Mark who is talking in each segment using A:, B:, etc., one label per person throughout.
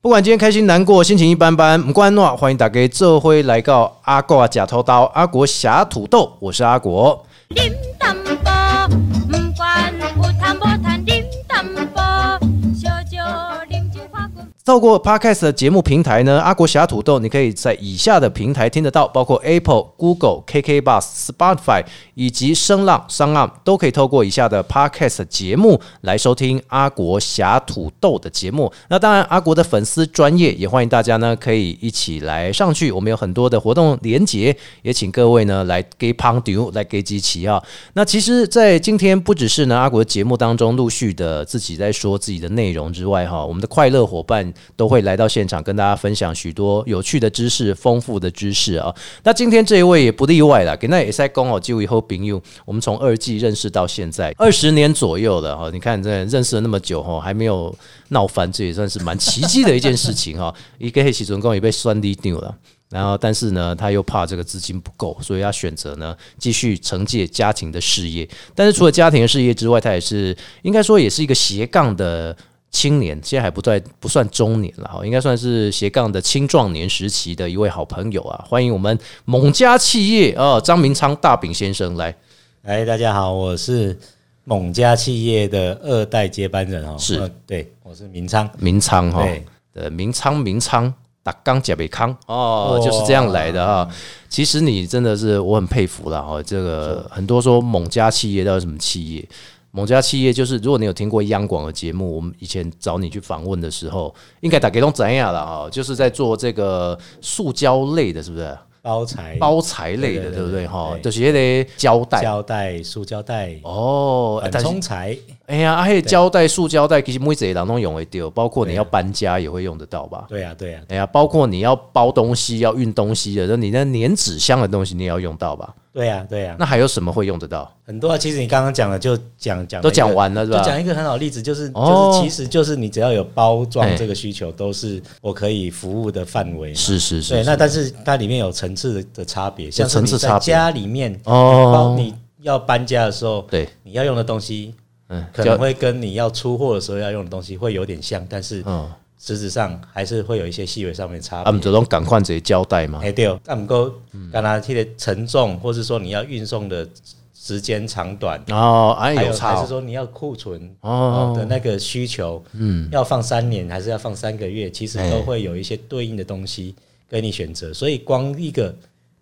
A: 不管今天开心难过，心情一般般，不管暖，欢迎打给这辉来告阿国啊假头刀，阿国侠土豆，我是阿国。
B: điểm tâm bò mâm quan u tham bò than điểm tâm bò cho cho điểm chữ hoa cùng
A: 透过 Podcast 的节目平台呢，阿国侠土豆，你可以在以下的平台听得到，包括 Apple、Google、KK Bus、Spotify 以及声浪、商浪，都可以透过以下的 Podcast 节目来收听阿国侠土豆的节目。那当然，阿国的粉丝专业也欢迎大家呢可以一起来上去，我们有很多的活动连结，也请各位呢来给 p o n d u 来给集齐啊。那其实，在今天不只是呢阿国的节目当中陆续的自己在说自己的内容之外，哈，我们的快乐伙伴都会来到现场跟大家分享许多有趣的知识、丰富的知识啊。那今天这一位也不例外啦，给那也在公哦，就以后朋友，我们从二季认识到现在二十年左右了哈。你看这认识了那么久哈，还没有闹翻，这也算是蛮奇迹的一件事情哈。一个黑起总共也被酸低丢了。然后，但是呢，他又怕这个资金不够，所以他选择呢继续承接家庭的事业。但是除了家庭的事业之外，他也是应该说也是一个斜杠的青年，现在还不在不算中年了哈，应该算是斜杠的青壮年时期的一位好朋友啊。欢迎我们某家企业啊、哦张明昌大饼先生来。
C: 哎，大家好，我是某家企业的二代接班人哦，
A: 是
C: 呃对，我是明昌，
A: 明昌哈
C: 对，
A: 呃，明昌明昌，打刚甲北康哦，就是这样来的啊。其实你真的是我很佩服啦哈，这个很多说某家企业到底是什么企业？某家企业就是，如果你有听过央广的节目，我们以前找你去访问的时候，应该打给东怎样了啊？就是在做这个塑胶类的，是不是？
C: 包材、
A: 包材类的，
C: 对对对
A: 对不对？哈，
C: 对
A: 就是那些胶带
C: 胶带、塑胶带、
A: 哦，
C: 反
A: 但是
C: 冲材，
A: 哎呀，还有胶带、塑胶带，其实每一个人都用得到，包括你要搬家也会用得到吧？
C: 对呀、啊、对呀、
A: 哎呀，包括你要包东西、要运东西的，那你那粘纸箱的东西你也要用到吧？
C: 对呀、对呀、
A: 那还有什么会用得到？
C: 很多、啊。其实你刚刚讲的就讲讲了
A: 都
C: 一个
A: 讲完了是
C: 就
A: 吧？
C: 嗯讲一个很好的例子，就是、
A: 哦
C: 就是其实就是你只要有包装
A: 哎
C: 这个需求，都是我可以服务的范围嘛。
A: 是是
C: 对，
A: 是，
C: 那但是它里面有层次的的差别，像是
A: 层
C: 你
A: 次
C: 在
A: 差别
C: 家里面包
A: 哦，
C: 你要搬家的时候，
A: 对，
C: 你要用的东西
A: 嗯，
C: 可能会跟你要出货的时候要用的东西会有点像，但是
A: 嗯，啊
C: 实质上还是会有一些细微上面的差
A: 他们
C: 别。
A: 这种赶快直接胶带嘛
C: 哎、，对哦，那不够，
A: 嗯
C: 刚才这些承重，或是说你要运送的时间长短，
A: 然后哎
C: 还
A: 有
C: 还
A: 差
C: 是
A: 哦
C: 说你要库存
A: 哦
C: 哦的那个需求，嗯，要放三年还是要放三个月，其实
A: 哎
C: 都会有一些对应的东西给你选择。所以光一个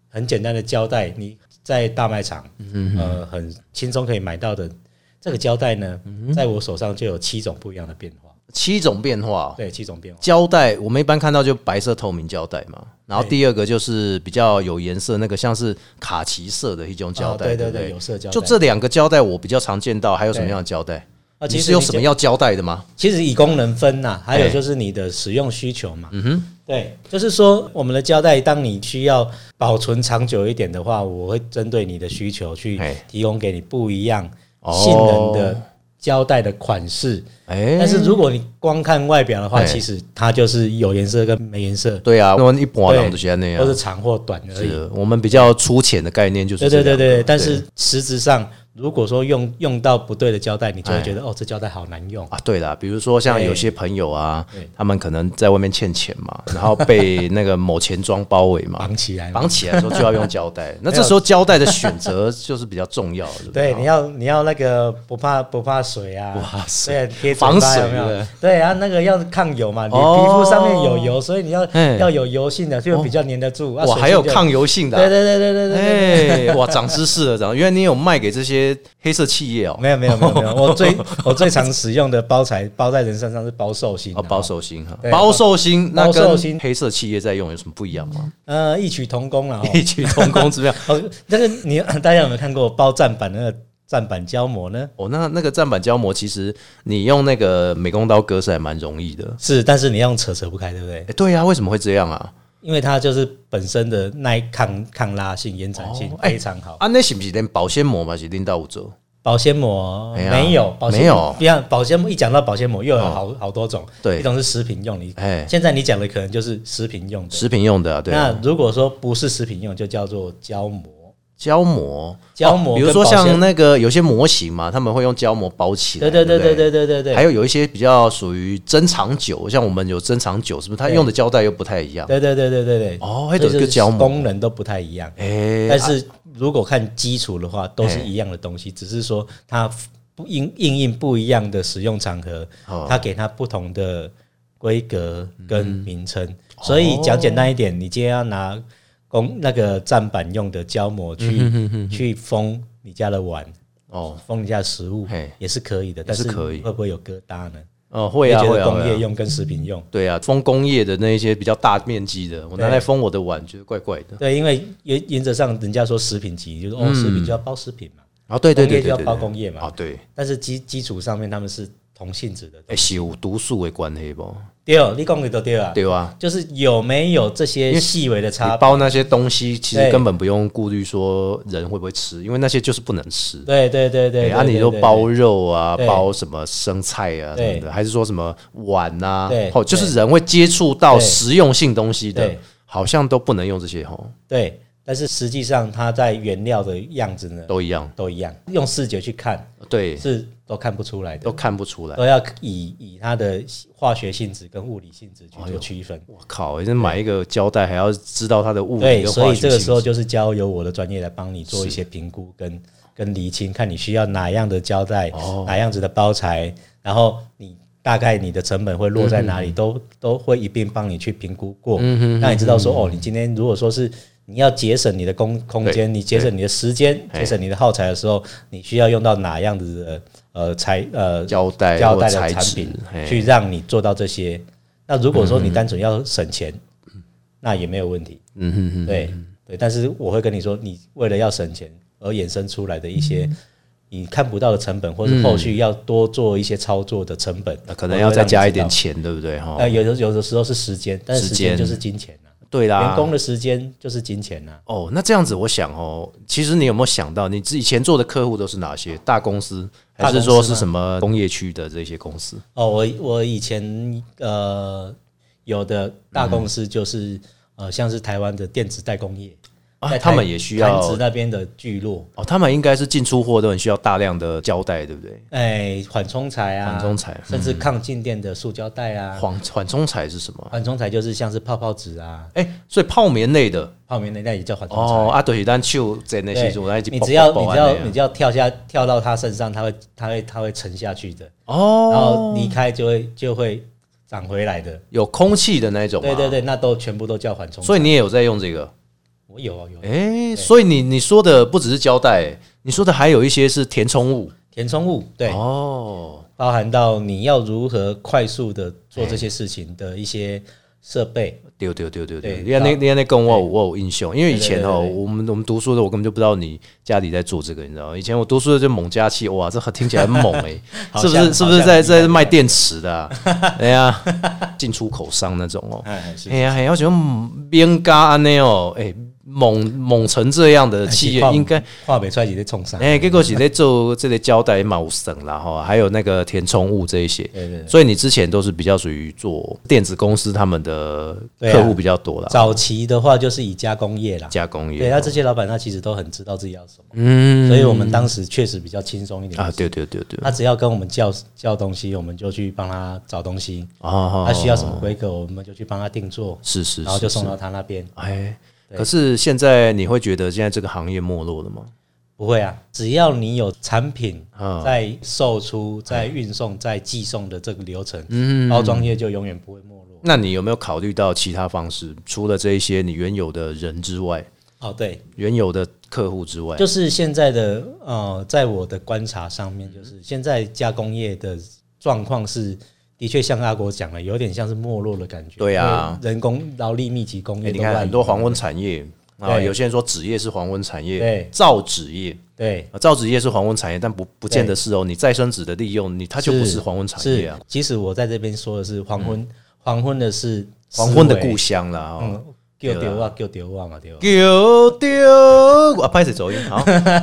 C: 很简单的胶带，你在大卖场，
A: 嗯
C: 呃，很轻松可以买到的这个胶带呢，
A: 嗯
C: 在我手上就有七种不一样的变化，
A: 七种变化哦。
C: 对，七种变化。
A: 胶带我们一般看到就白色透明胶带嘛，然后第二个就是比较有颜色，那个像是卡其色的一种胶带，
C: 哦
A: 对
C: 对对
A: 不
C: 对有色胶带
A: 就这两个胶带我比较常见到，还有什么样的胶带？你
C: 啊，其
A: 是
C: 实
A: 用
C: 你
A: 什么
C: 就？
A: 要胶带的吗？
C: 其实以功能分呐、还有
A: 哎
C: 就是你的使用需求嘛。嗯哼，对，就是说我们的胶带，当你需要保存长久一点的话，我会针对你的需求去
A: 哎
C: 提供给你不一样
A: 哦
C: 性能的胶带的款式。
A: 哎，
C: 但是如果你光看外表的话，
A: 哎
C: 其实它就是有颜色跟没颜色，
A: 对啊，那么一般人
C: 对
A: 都是那样
C: 都，是长或短而已。
A: 是我们比较粗浅的概念就是
C: 对
A: 这
C: 对
A: 两
C: 对
A: 个
C: 对，但是实质上，如果说用用到不对的胶带，你就会
A: 哎
C: 觉得哦，这胶带好难用。
A: 啊，对啦，比如说像有些朋友啊
C: 对，
A: 他们可能在外面欠钱嘛，然后被那个某钱庄包围嘛，
C: 绑起来嘛
A: 绑起来的时候就要用胶 带，那这时候胶带的选择就是比较重要，对不对？
C: 对，
A: 哦
C: 你要你要那个不怕不怕水啊，
A: 哇
C: 对，贴
A: 防
C: 嘴巴
A: 水
C: 有没有
A: 的
C: 对啊，那个要抗油嘛，你皮
A: 哦
C: 肤上面有油，所以你要
A: 哎
C: 要有油性的，就比较粘得住。啊
A: 哦哇，
C: 水
A: 还有
C: 性就
A: 抗油性的
C: 对
A: 啊，
C: 对对对对对对。
A: 哎，哇，长知识了，长，原来你有卖给这些黑色企业哦，
C: 没有没有没有没有，我 最我最常使用的包材包在人身上是包寿星啊
A: 哦，包寿星哈，
C: 对
A: 包寿星那
C: 包寿
A: 跟
C: 星
A: 黑色企业在用有什么不一样吗？
C: 呃异曲同工了哦。
A: 异曲同工之妙。
C: 哦，那个你 大家有没有看过包站板那个站板胶膜呢？
A: 哦，那那个砧板胶膜，其实你用那个美工刀割是还蛮容易的。
C: 是，但是你要用扯扯不开，对不对
A: 哎、？对呀、为什么会这样啊？
C: 因为它就是本身的耐抗抗拉性、延展性
A: 哦哎
C: 非常好。
A: 啊，那是不是连保鲜膜嘛是零到五折？
C: 保鲜膜
A: 哎呀
C: 没有，保鲜
A: 没有哦
C: 不要保鲜膜。一讲到保鲜膜，又有好、好多种，
A: 对
C: 一种是食品用的，
A: 哎
C: 现在你讲的可能就是食品用的。
A: 食品用的、啊，对啊、
C: 那如果说不是食品用，就叫做胶膜。
A: 胶膜，
C: 胶膜
A: 哦比如
C: 跟
A: 说
C: 保
A: 像
C: 鲜
A: 那个有些模型嘛，他们会用胶膜包起来。
C: 对对
A: 对
C: 对
A: 不
C: 对对对对对，
A: 还有有一些比较属于珍藏酒，像我们有珍藏酒，是不是？它
C: 对
A: 用的胶带又不太一样。
C: 对对对对对对，
A: 哦还有一个
C: 就是
A: 胶膜
C: 功能都不太一样。
A: 哎，
C: 但
A: 啊
C: 是如果看基础的话，都是一样的东西，只是说它不应应应不一样的使用场合
A: 哦，嗯
C: 它给它不同的规格跟名称。所以讲简单一点，你今天要拿工那个站板用的胶膜
A: 嗯
C: 去去封你家的碗，
A: 哦
C: 封你家的食物
A: 嘿
C: 也是可以的，但
A: 是
C: 是
A: 可以
C: 会不会有疙瘩呢？
A: 哦，会啊
C: 你觉
A: 会
C: 得
A: 啊，
C: 工
A: 会
C: 业
A: 啊
C: 用跟食品用。
A: 对啊，封工业的那一些比较大面积的，我拿
C: 对
A: 来封我的碗，觉得怪怪的。
C: 对，因为原原则上人家说食品级，就是哦，食品就要包食品嘛，
A: 啊，嗯对对
C: 工
A: 对
C: 业就
A: 对
C: 要
A: 对
C: 包
A: 对，
C: 工业嘛。
A: 啊对，
C: 但是基基础上面他们是同性质的。
A: 哎，是有毒素的关系不？
C: 第二，你讲的都对啊，
A: 对吧？
C: 就是有没有这些细微的
A: 你
C: 差别？
A: 包那些东西，其实
C: 对
A: 根本不用顾虑说人会不会吃，因为那些就是不能吃。
C: 对对对
A: 哎
C: 对，
A: 啊，
C: 对
A: 你都包，肉啊，
C: 对
A: 包什么生菜啊
C: 对
A: 什么的，还是说什么碗啊
C: 对，
A: 哦，就是
C: 对
A: 人会接触到
C: 对
A: 实用性东西的
C: 对，
A: 好像都不能用这些哦，
C: 对对对，但是实际上它在原料的样子呢，
A: 都一样，
C: 都一样，用视觉去看
A: 对，
C: 是都看不出来
A: 都
C: 的，
A: 看不出来。
C: 都要以以它的化学性质跟物理性质去
A: 哎
C: 做区分。
A: 我靠，真买一个胶带还要知道它的物理
C: 对，
A: 跟
C: 所
A: 化
C: 以这
A: 学
C: 个时
A: 性
C: 候
A: 质，
C: 就是交由我的专业来帮你做一些评估跟跟厘清，看你需要哪样的胶带，
A: 哦
C: 哪样子的包材，然后你大概你的成本会落在哪
A: 嗯
C: 里，都都会一并帮你去评估过，让你知
A: 嗯
C: 道说哦，你今天如果说是。你要节省你的空空间，你节省你的时间，
A: 哎
C: 节省你的耗材的时候，你需要用到哪样子的呃材呃
A: 胶带
C: 胶
A: 哎或
C: 带
A: 材
C: 的产
A: 质
C: 品
A: 嘿
C: 去让你做到这些。那如果说你单纯要省钱，那也没有问题。
A: 嗯哼哼，
C: 对对，但是我会跟你说，你为了要省钱而衍生出来的一些
A: 嗯
C: 你看不到的成本，或是后续要多做一些操作的成本，
A: 那可能
C: 我会
A: 要再
C: 让你
A: 加一
C: 知道
A: 点。钱，对不对？哈，
C: 呃，有的有的时候是时间，但是
A: 时
C: 时间
A: 间
C: 就是金钱呐、
A: 对啦，
C: 员工的时间就是金钱啊呐、
A: 哦，那这样子，我想哦，其实你有没有想到，你自己以前做的客户都是哪些大公司，还
C: 大
A: 是
C: 公司
A: 说是
C: 吗
A: 什么工业区的这些公司？
C: 哦，我我以前呃有的大公司就是、呃像是台湾的电子代工业，
A: 啊
C: 在
A: 他
C: 台
A: 们也需要
C: 潭子那边的聚落，
A: 哦，他们应该是进出货都很需要大量的胶带，对不对？
C: 哎，缓冲材啊，
A: 缓冲材嗯
C: 甚至抗静电的塑胶袋啊，
A: 缓缓冲材是什么？
C: 缓冲材就是像是泡泡纸啊、
A: 哎、所以泡棉类的
C: 泡棉的，那也叫缓冲材。
A: 哦，阿德喜丹就在那些
C: 对
A: 种，那
C: 你只要你只要你
A: 你
C: 只要跳下跳到它身上，它会它会它会沉下去的，然
A: 哦，
C: 后离开就会就会长回来的。
A: 有空气的那种、
C: 对对，对，那都全部都叫缓冲材。
A: 所以你也有在用这个。
C: 我有啊有啊
A: 哎、所以你你说的不只是胶带、你说的还有一些是填充物
C: 填充物，对，
A: 哦。
C: 包含到你要如何快速的做
A: 哎
C: 这些事情的一些设备。
A: 对对对对对，
C: 对
A: 你看那
C: 然后
A: 你看那跟我有我有印象，因为以前哦，
C: 对对对对
A: 我们我们读书的我根本就不知道你家里在做这个，你知道吗？以前我读书的就猛加气，哇，这听起来很猛哎、
C: 好
A: 是不
C: 像
A: 是？
C: 好
A: 是
C: 像
A: 不是在
C: 厉害
A: 在卖电池的、 啊？哎呀，进出口商那种哦、
C: 哎，是
A: 哎呀，还要求嗯边加安内哦，哎、猛猛成这样的企
C: 哎
A: 业应该
C: 画美出来，你在冲上。
A: 哎、结果是在做这类胶带毛绳啦哈，还有那个填充物这一些，
C: 对对对
A: 所以你之前都是比较属于做电子公司他们的
C: 对啊
A: 客户比较多啦。
C: 早期的话就是以加工业啦，
A: 加工业。哦
C: 对，那这些老板他其实都很知道自己要什么，
A: 嗯
C: 所以我们当时确实比较轻松一点
A: 啊，对对对对，
C: 他只要跟我们叫叫东西，我们就去帮他找东西，
A: 啊
C: 他需要什么规格，我们就去帮他定做，
A: 是是，
C: 然后就是送
A: 是
C: 到他那边。
A: 哎，
C: 对
A: 可是现在你会觉得现在这个行业没落了吗？
C: 不会啊，只要你有产品
A: 啊
C: 在售出、在运送、在寄送的这个流程，
A: 嗯
C: 包装业就永远不会没落。
A: 那你有没有考虑到其他方式？除了这一些你原有的人之外，
C: 哦，对，
A: 原有的客户之外，
C: 就是现在的呃，在我的观察上面，就是现在加工业的状况是，的确像阿国讲的，有点像是没落的感觉。
A: 对啊
C: 因为人工劳力密集工
A: 哎
C: 业
A: 你
C: 都外移、
A: 看很多黄昏产业啊，
C: 对
A: 有些人说纸业是黄昏产业
C: 对，
A: 造纸业
C: 对，
A: 啊，造纸业是黄昏产业，但不不见得是哦。你再生纸的利用，你它就不
C: 是
A: 是黄昏产业
C: 是
A: 啊，。嗯
C: 其实我在这边说的是黄昏，黄昏的是
A: 黄昏的故
C: 事，
A: 乡啦，哦
C: 嗯，丢丢啊，丢丢啊嘛丢。
A: 丢丢啊，拍谁走音好。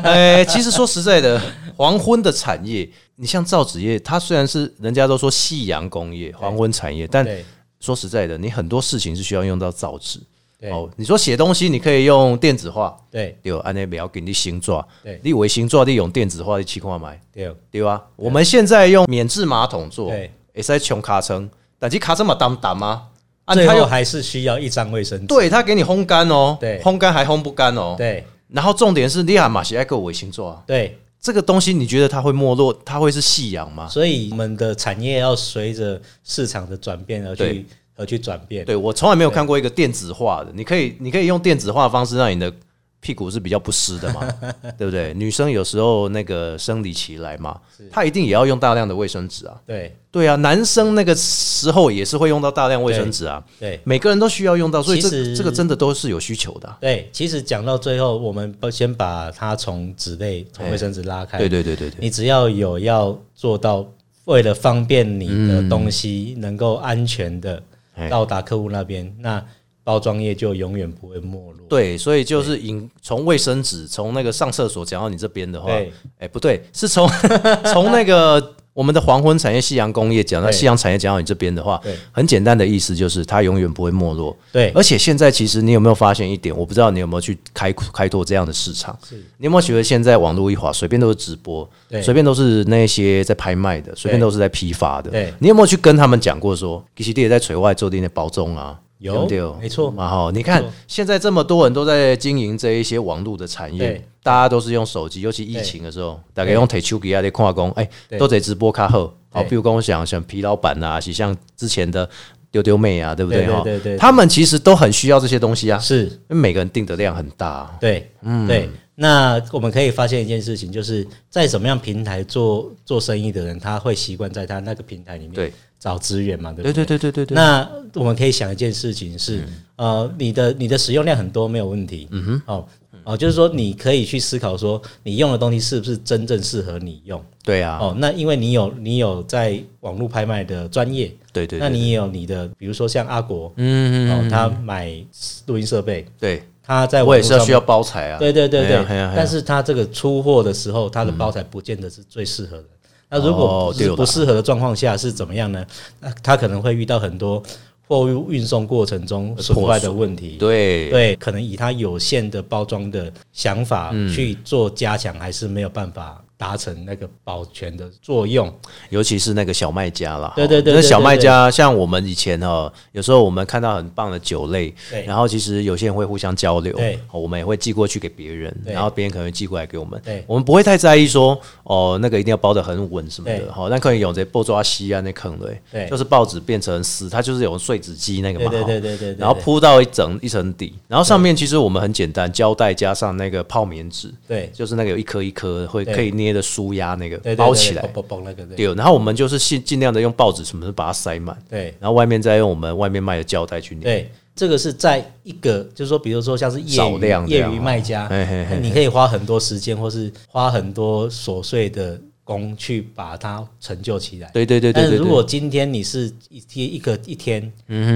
A: 哎、其实说实在的，黄昏的产业，你像造纸业，它虽然是人家都说夕阳工业、黄昏产业，但
C: 对
A: 说实在的，你很多事情是需要用到造纸。
C: 对
A: 哦，你说写东西，你可以用电子化，
C: 对
A: 对，安尼不要给你形状
C: 对，
A: 你为形状你用电子化的情况买，
C: 对啊
A: 对吧？我们现在用免治马桶座，
C: 对
A: 也是在穷卡层，但其实卡层嘛当当啊，啊，
C: 最
A: 它
C: 后
A: 又
C: 还是需要一张卫生纸。
A: 对它给你烘干哦，
C: 对
A: 烘干还烘不干哦，
C: 对
A: 然后重点是利亚马西埃克维星座啊，
C: 对，
A: 这个东西你觉得它会没落，它会是夕阳吗？
C: 所以我们的产业要随着市场的转变而
A: 对
C: 去而去转变。
A: 对我从来没有看过一个电子化的，你可以你可以用电子化的方式让你的屁股是比较不湿的 嘛，对不对？女生有时候那个生理期来嘛，她一定也要用大量的卫生纸啊，
C: 对
A: 对啊，男生那个时候也是会用到大量卫生纸啊，
C: 对
A: 每个人都需要用到，所以这
C: 其实
A: 这个真的都是有需求的啊、
C: 对，其实讲到最后，我们不先把它从纸类、从卫生纸拉开。
A: 对对对对对，
C: 你只要有要做到，为了方便你的东西能够安全的
A: 哎
C: 到达客户那边，那包装业就永远不会没落。
A: 对，所以就是引从卫生纸，从那个上厕所讲到你这边的话，哎
C: 对、
A: 不对，是从 从那个我们的黄昏产业、夕阳工业讲到
C: 对
A: 夕阳产业讲到你这边的话
C: 对，
A: 很简单的意思就是它永远不会没落。
C: 对
A: 而且现在其实你有没有发现一点？我不知道你有没有去开开拓这样的市场。你有没有觉得现在网络一滑，随便都是直播，
C: 对
A: 随便都是那些在拍卖的，随便都是在批发的
C: 对。
A: 你有没有去跟他们讲过说，其实你也在水外做点的包装啊？
C: 有
A: 对不对
C: 没错
A: 嘛哈！你看现在这么多人都在经营这一些网络的产业
C: 对，
A: 大家都是用手机，尤其疫情的时候，大家用腿手机啊在看工，哎，
C: 对
A: 都得直播卡后。好，哦
C: 对
A: 比如跟我讲像皮老板啊，是像之前的丢丢妹啊，对不对？
C: 对对
A: 哈
C: 对对对
A: 他们其实都很需要这些东西啊，
C: 是，
A: 因为每个人订的量很大啊、
C: 对，对。那我们可以发现一件事情，就是在什么样平台做做生意的人，他会习惯在他那个平台里面
A: 对
C: 找资源嘛，对不
A: 对对对对对嗯对，
C: 那我们可以想一件事情是，呃，你的你的使用量很多没有问题，嗯哼，哦哦，就是说你可以去思考说，你用的东西是不是真正适合你用？
A: 对啊，
C: 哦，那因为你有你有在网络拍卖的专业，
A: 对对对，
C: 那你也有你的，比如说像阿国，
A: 嗯
C: 哦，他买录音设备，
A: 对，
C: 他在
A: 我
C: 网
A: 也
C: 络
A: 是要
C: 上
A: 需要包材啊，
C: 对对对
A: 哎呀哎
C: 对，
A: 呀哎呀
C: 但是他这个出货的时候，他的包材不见得是最适合的。那
A: 哦
C: 如果
A: 对
C: 是
A: 啦
C: 不适合的状况下是怎么样呢？那他可能会遇到很多货物运送过程中损坏的问题。
A: 对
C: 对，可能以他有限的包装的想法去做加强，还是没有办法达成那个保全的作用。
A: 尤其是那个小卖家啦，
C: 对对对
A: 哦那
C: 对
A: 小卖
C: 对
A: 家像我们以前哦，有时候我们看到很棒的酒类
C: 对，
A: 然后其实有些人会互相交流，
C: 对
A: 哦，我们也会寄过去给别人，
C: 对
A: 然后别人可能会寄过来给我们
C: 对，
A: 我们不会太在意说哦那个一定要包的很稳什么
C: 对
A: 的，哦好，那可能有这包抓稀啊那坑
C: 对
A: 就是报纸变成丝，它就是有碎纸机那个
C: 对
A: 嘛，
C: 对
A: 哦
C: 对对对对，
A: 然后铺到一整一层底，然后上面其实我们很简单，胶带加上那个泡棉纸，
C: 对
A: 就是那个有一颗一颗会
C: 对
A: 可以捏的舒压那个
C: 对对
A: 包起来，
C: 嘣嘣嘣那个对
A: 对，然后我们就是尽尽量的用报纸什么的把它塞满，
C: 对
A: 然后外面再用我们外面卖的胶带去粘。
C: 对，这个是在一个，就是说，比如说像是业
A: 少
C: 余
A: 量这
C: 业
A: 样
C: 余
A: 哦
C: 卖家，哎
A: 嘿嘿嘿
C: 你可以花很多时间，或是花很多琐碎的工去把它成就起来。
A: 对对对对
C: 但是
A: 对
C: 如果
A: 对，
C: 今天你是一天一个一天，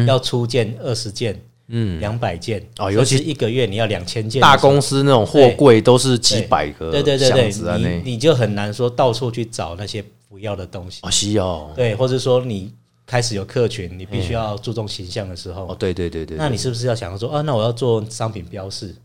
C: 要出件二十件，嗯，两百件，
A: 哦
C: 甚
A: 尤其
C: 至一个月你要两千件的时候，
A: 大公司那种货柜都是几百个
C: 对对对
A: 箱子啊，
C: 对，
A: 那
C: 你你就很难说到处去找那些不要的东西，
A: 哦西哦，
C: 对，或者说你开始有客群，你必须要注重形象的时候
A: 哦，对对对对，
C: 那
A: 对
C: 你是不是要想说，啊，那我要做商品标示，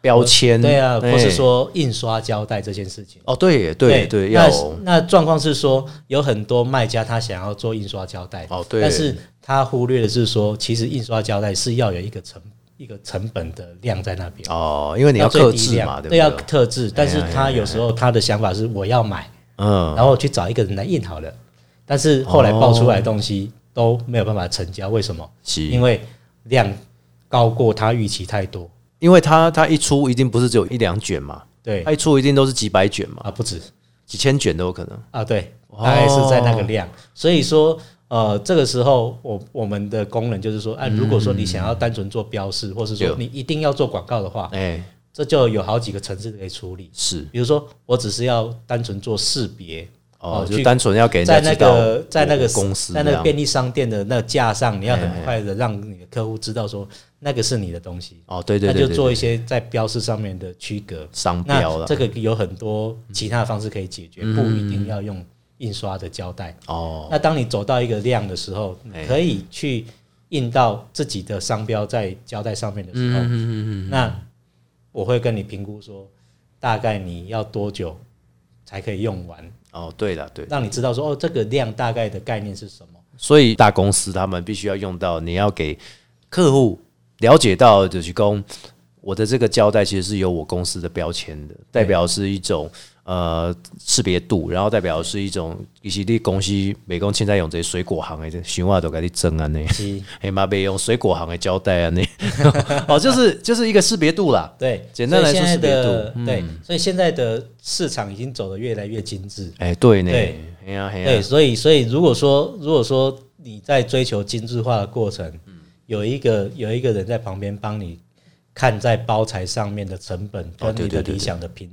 A: 标签
C: 对啊，
A: 哎
C: 或是说印刷胶带这件事情？
A: 哦对耶对对
C: 那
A: 要
C: 那状况是说，有很多卖家他想要做印刷胶带，
A: 哦对
C: 但是他忽略的是说，其实印刷胶带是要有一个成一个成本的量在那边，
A: 哦，因为你要
C: 要最
A: 克
C: 低
A: 制
C: 量
A: 嘛，对不
C: 要
A: 对？
C: 特制，但是
A: 哎呀哎
C: 他
A: 呀
C: 有时候他的想法是我要买，
A: 嗯，
C: 然后去找一个人来印好了，但是后来爆出来的东西都没有办法成交，为什么？
A: 是
C: 因为量高过他预期太多，
A: 因为它它一出一定不是只有一两卷嘛，
C: 对
A: 它一出一定都是几百卷嘛，
C: 啊，不止。
A: 几千卷都有可能。
C: 啊，对，
A: 哦
C: 大概是在那个量。所以说，呃，这个时候我我们的功能就是说，哎、如果说你想要
A: 嗯
C: 单纯做标示，或是
A: 对
C: 说你一定要做广告的话，
A: 哎、
C: 这就有好几个层次可以处理。
A: 是
C: 比如说，我只是要单纯做识别，
A: 哦，
C: 哦
A: 就
C: 去
A: 单纯要给人家
C: 在那
A: 知道
C: 个在那
A: 我
C: 个
A: 公司
C: 在
A: 这
C: 那个
A: 样
C: 便利商店的那个架上，你要
A: 哎哎
C: 很快的让你的客户知道说那个是你的东西，
A: 哦，对对
C: 那
A: 对
C: 就
A: 对
C: 做
A: 对
C: 一些在标示上面的区隔。
A: 商标
C: 那
A: 了
C: 这个有很多其他的方式可以解决，不一定要用印刷的胶带。
A: 哦，哎
C: 那当你走到一个量的时候，你可以去印到自己的商标在胶带上面的
A: 嗯
C: 时候，那我会跟你评估说，大概你要多久才可以用完，
A: 哦，对了，对，
C: 让你知道说哦，这个量大概的概念是什么。
A: 所以大公司他们必须要用到，你要给客户了解到，就是供我的这个胶带其实是有我公司的标签的，代表是一种呃识别度，然后代表是一种以及你公司美工现在用这些水果行的这想法都给你争啊呢，
C: 是
A: 嘿妈被用水果行的胶带啊呢， 哦，就是就是一个识别度啦，
C: 对，
A: 简单来说
C: 所以
A: 识
C: 现在
A: 别
C: 的
A: 度，嗯
C: 对，所以现在的市场已经走得越来越精致。
A: 哎、对呢，
C: 对
A: 嘿呀嘿
C: 对，
A: 呀，
C: 所以所以如果说如果说你在追求精致化的过程，有一个有一个人在旁边帮你看在包材上面的成本
A: 哦
C: 跟
A: 对
C: 你
A: 对嗯
C: 的
A: 对
C: 理想的平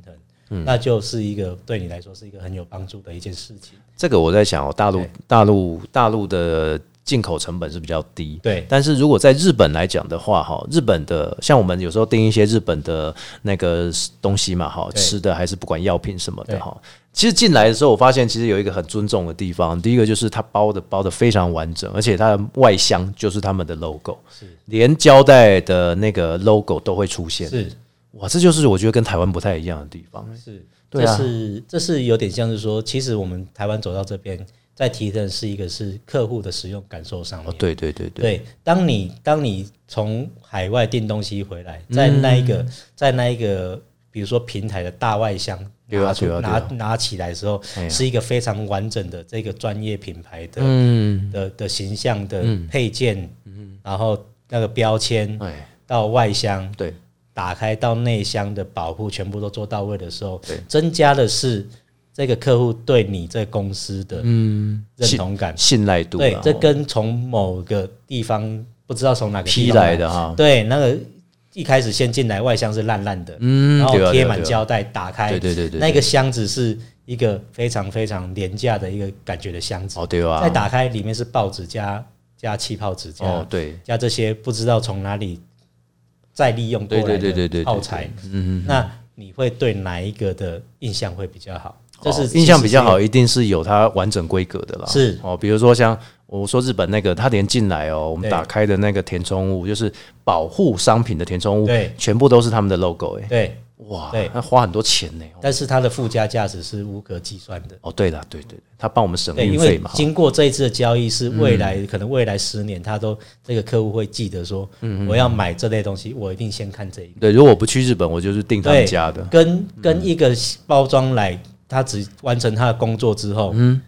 C: 衡，那就是一个对你来说是一个很有帮助的一件事情。
A: 这个我在想哦，大陆
C: 对
A: 大陆大陆的进口成本是比较低，
C: 对
A: 但是如果在日本来讲的话，哈，日本的像我们有时候订一些日本的那个东西嘛，哈，
C: 对
A: 吃的还是不管药品什么的
C: 对
A: 哈。其实进来的时候，我发现其实有一个很尊重的地方，第一个就是它包的包的非常完整，而且它的外箱就是他们的 logo，连胶带的那个 logo 都会出现。
C: 是
A: 哇，这就是我觉得跟台湾不太一样的地方。
C: 是，
A: 对
C: 这
A: 啊
C: 是这是有点像是说，其实我们台湾走到这边，在提升是一个是客户的使用感受上面。
A: 哦，对对对对，
C: 对，当你当你从海外订东西回来，在那一个、
A: 嗯
C: 在那一个，比如说平台的大外箱
A: 对啊
C: 拿出
A: 对啊对
C: 拿
A: 啊
C: 拿起来的时候，
A: 哎呀
C: 是一个非常完整的这个专业品牌的、
A: 嗯，
C: 的的形象的配件，然后那个标签
A: 哎，
C: 到外箱，
A: 对，
C: 打开到内箱的保护全部都做到位的时候
A: 对，
C: 增加的是这个客户对你这个公司的认
A: 信
C: 同感。
A: 信赖度啦，
C: 对，这
A: 哦
C: 跟从某个地方不知道从哪个地
A: 批
C: 方啊
A: 来的啊哈，
C: 对，那个一开始先进来外箱是烂烂的，
A: 嗯，
C: 然后
A: 对啊对啊
C: 贴满
A: 对啊
C: 胶带，打开，
A: 对对对对对
C: 那个箱子是一个非常非常廉价的一个感觉的箱子，
A: 哦，对吧？
C: 再打开里面是报纸加加气泡纸加、
A: 哦，对，
C: 加这些不知道从哪里再利用过来
A: 对对对对对对
C: 的耗材，嗯，那你会对哪一个的印象会比较好？这
A: 哦
C: 是
A: 印象比较
C: 其实
A: 好，一定是有它完整规格的啦。
C: 是
A: 哦，比如说像我说日本那个，它连进来哦，我们
C: 对
A: 打开的那个填充物，就是保护商品的填充物，
C: 对
A: 全部都是他们的 logo 哎、
C: 是对，
A: 哇，
C: 对
A: 那花很多钱呢、
C: 但是它的附加价值是无可计算的。
A: 哦，对了，对对，对他帮我们省
C: 对，
A: 运
C: 因
A: 费
C: 为
A: 嘛。哈嗯
C: 经过这一次的交易，是未来、可能未来十年，他都这个客户会记得说，
A: 嗯
C: 我要买这类东西，我一定先看这一个。
A: 对，如果我不去日本，我就是订他们
C: 对
A: 家的。嗯
C: 跟跟一个包装来，他只完成他的工作之后，嗯，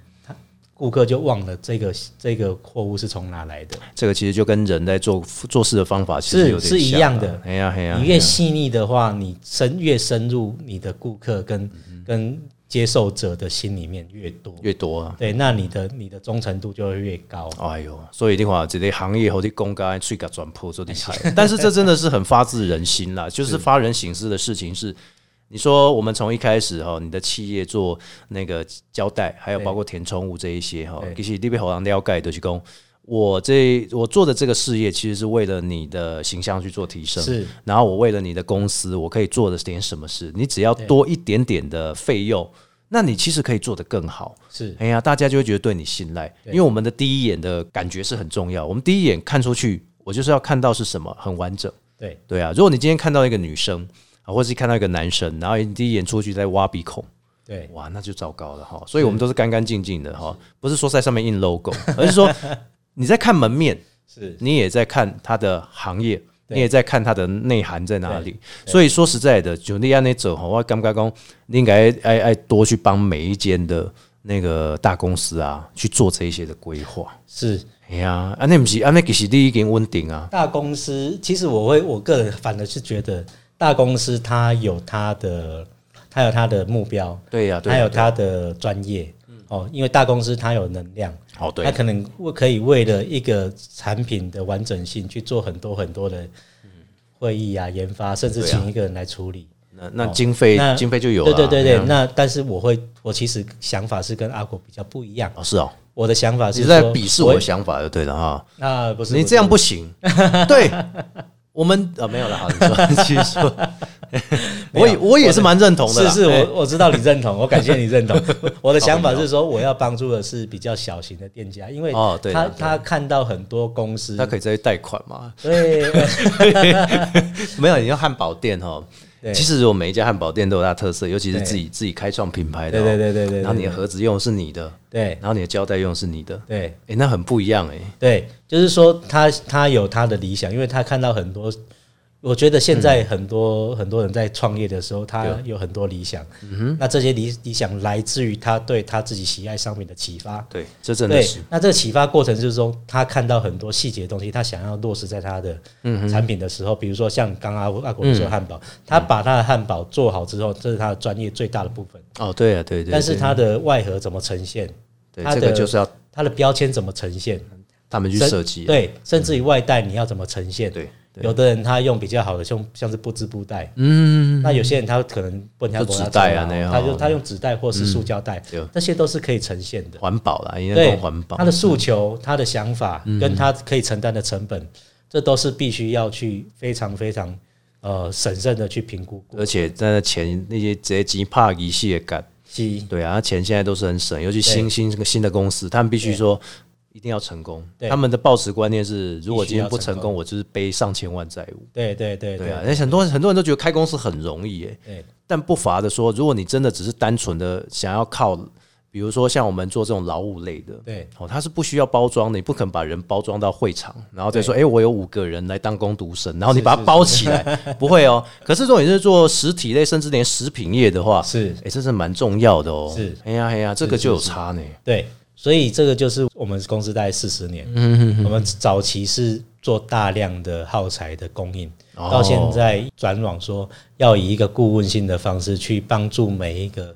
C: 顾客就忘了这个这个货物是从哪来的。
A: 这个其实就跟人在做做事的方法其实
C: 是
A: 有点
C: 是一
A: 像
C: 样
A: 啊
C: 的
A: 哎呀哎呀，
C: 你
A: 哎
C: 越
A: 呀
C: 细腻的话，你深越深入你的顾客跟跟接受者的心里面越多，
A: 嗯越多啊。
C: 对，那你的你的忠诚度就会越高。
A: 哎呦，所以的话，这类行业和的公干最敢转破，做厉害。但是这真的是很发自人心啦，就是发人省思的事情是。你说我们从一开始哦哈，你的企业做那个胶带，还有包括填充物这一些哈，
C: 对
A: 其实你被好像了解的是讲，我这我做的这个事业其实是为了你的形象去做提升，
C: 是，
A: 然后我为了你的公司，我可以做的点什么事，你只要多一点点的费用，那你其实可以做得更好。
C: 是
A: 哎呀，大家就会觉得对你信赖，因为我们的第一眼的感觉是很重要。我们第一眼看出去，我就是要看到是什么，很完整。
C: 对
A: 对啊，如果你今天看到一个女生啊，或者是看到一个男生，然后你第一眼出去在挖鼻孔，
C: 对
A: 哇，那就糟糕了哈。所以我们都是干干净净的哈，不是说在上面印 logo，而是说你在看门面，
C: 是
A: 你也在看它的行业，你也在看它的内涵在哪里。所以说实在的，就你安那走哈，我感觉讲你应该爱爱多去帮每一间的那个大公司啊去做这一些的规划。
C: 是。
A: 哎呀，安那不是安那其实你已经稳定啊，
C: 大公司，其实我会，我个人反而是觉得大公司它有它的，它有它的目标，
A: 对啊呀、对
C: 它
A: 呀、
C: 有它的专业，哦，因为大公司它有能量，
A: 哦对
C: 它，可能会可以为了一个产品的完整性去做很多很多的会议啊、研发，甚
A: 嗯
C: 至
A: 对啊
C: 请一个人来处理。
A: 那那经费、
C: 那
A: 经费就有了
C: 对
A: 啊，
C: 对对对
A: 哎，呀
C: 那但是我会，我其实想法是跟阿国比较不一样。
A: 哦是哦，
C: 我的想法
A: 你
C: 是
A: 在
C: 说
A: 鄙视我的，想法就对了哈。
C: 那不是
A: 你这样不 哦 行。对，我们啊没有了，好，你说，继续说。我也我也是蛮认同的
C: 是
A: 啦，
C: 是，
A: 哎
C: 我我知道你认 同，我感谢你认同。我的想法是说，我要帮助的是比较小型的店家，因为
A: 哦对
C: 他
A: 对对
C: 他看到很多公司
A: 他，可以直接贷款 嘛？
C: 对，
A: 没有，你要汉堡店哦。
C: 对
A: 其实我每一家汉堡店都有它的特色，尤其是
C: 对
A: 自己自己开创品牌的哦，
C: 对对对对对对
A: 然后你的盒子用的是你的，
C: 对
A: 然后你的胶带用的是你的，
C: 对
A: 哎，那很不一样哎。
C: 对，就是说他他有他的理想，因为他看到很多。我觉得现在很多、很多人在创业的时候，他
A: 嗯对嗯
C: 有很多理想，那这些理理想来自于他对他自己喜爱商品的启发，
A: 对，这真的
C: 对
A: 是，
C: 那这个启发过程就是说，他看到很多细节的东西，他想要落实在他的
A: 嗯
C: 产品的时候，比如说像刚刚阿国阿国说汉堡，他把他的汉堡做好之后，这是他的专业最大的部分。
A: 哦，对啊，对对。
C: 但是
A: 对
C: 他的外盒怎么呈现，
A: 对
C: 他
A: 这个
C: 的
A: 就是要
C: 他的标签怎么呈现，
A: 他们去
C: 甚
A: 设计啊，
C: 对，甚至于外带你要怎么呈现，
A: 对对
C: 有的人他用比较好的，像像是不织布袋，
A: 嗯，
C: 那有些人他可能不条
A: 就纸袋啊那样嗯
C: 他就他用纸袋或是塑胶袋
A: 对，
C: 这些都是可以呈现的。
A: 环保啦，应该
C: 对
A: 更环保
C: 他。的诉求、他的想法跟他可以承担的成本，这都是必须要去非常非常呃审慎的去评估过。
A: 而且在那钱那些直接击怕一系列感，
C: 是，
A: 对啊，那钱现在都是很省，尤其新新这个新的公司，他们必须说一定要成功。
C: 对
A: 他们的报时观念是，如果
C: 必
A: 今
C: 须要
A: 天不成
C: 成
A: 功，我就是背上千万债务。
C: 对对对
A: 对啊，
C: 对
A: 那很多很多人都觉得开公司很容易耶，
C: 对
A: 但不乏的说，如果你真的只是单纯的想要靠，比如说像我们做这种劳务类的，
C: 对
A: 哦，它是不需要包装的，你不肯把人包装到会场，然后再说，哎、我有五个人来当工读生，然后你把它包起来，不会哦。可是如果你是做实体类，甚至连食品业的话，
C: 是
A: 哎、这是蛮重要的哦。
C: 是，
A: 哎呀哎呀，这个就有差呢。
C: 对，所以这个就是我们公司大概四十年，我们早期是做大量的耗材的供应，
A: 哦
C: 到现在转往说要以一个顾问性的方式去帮助每一个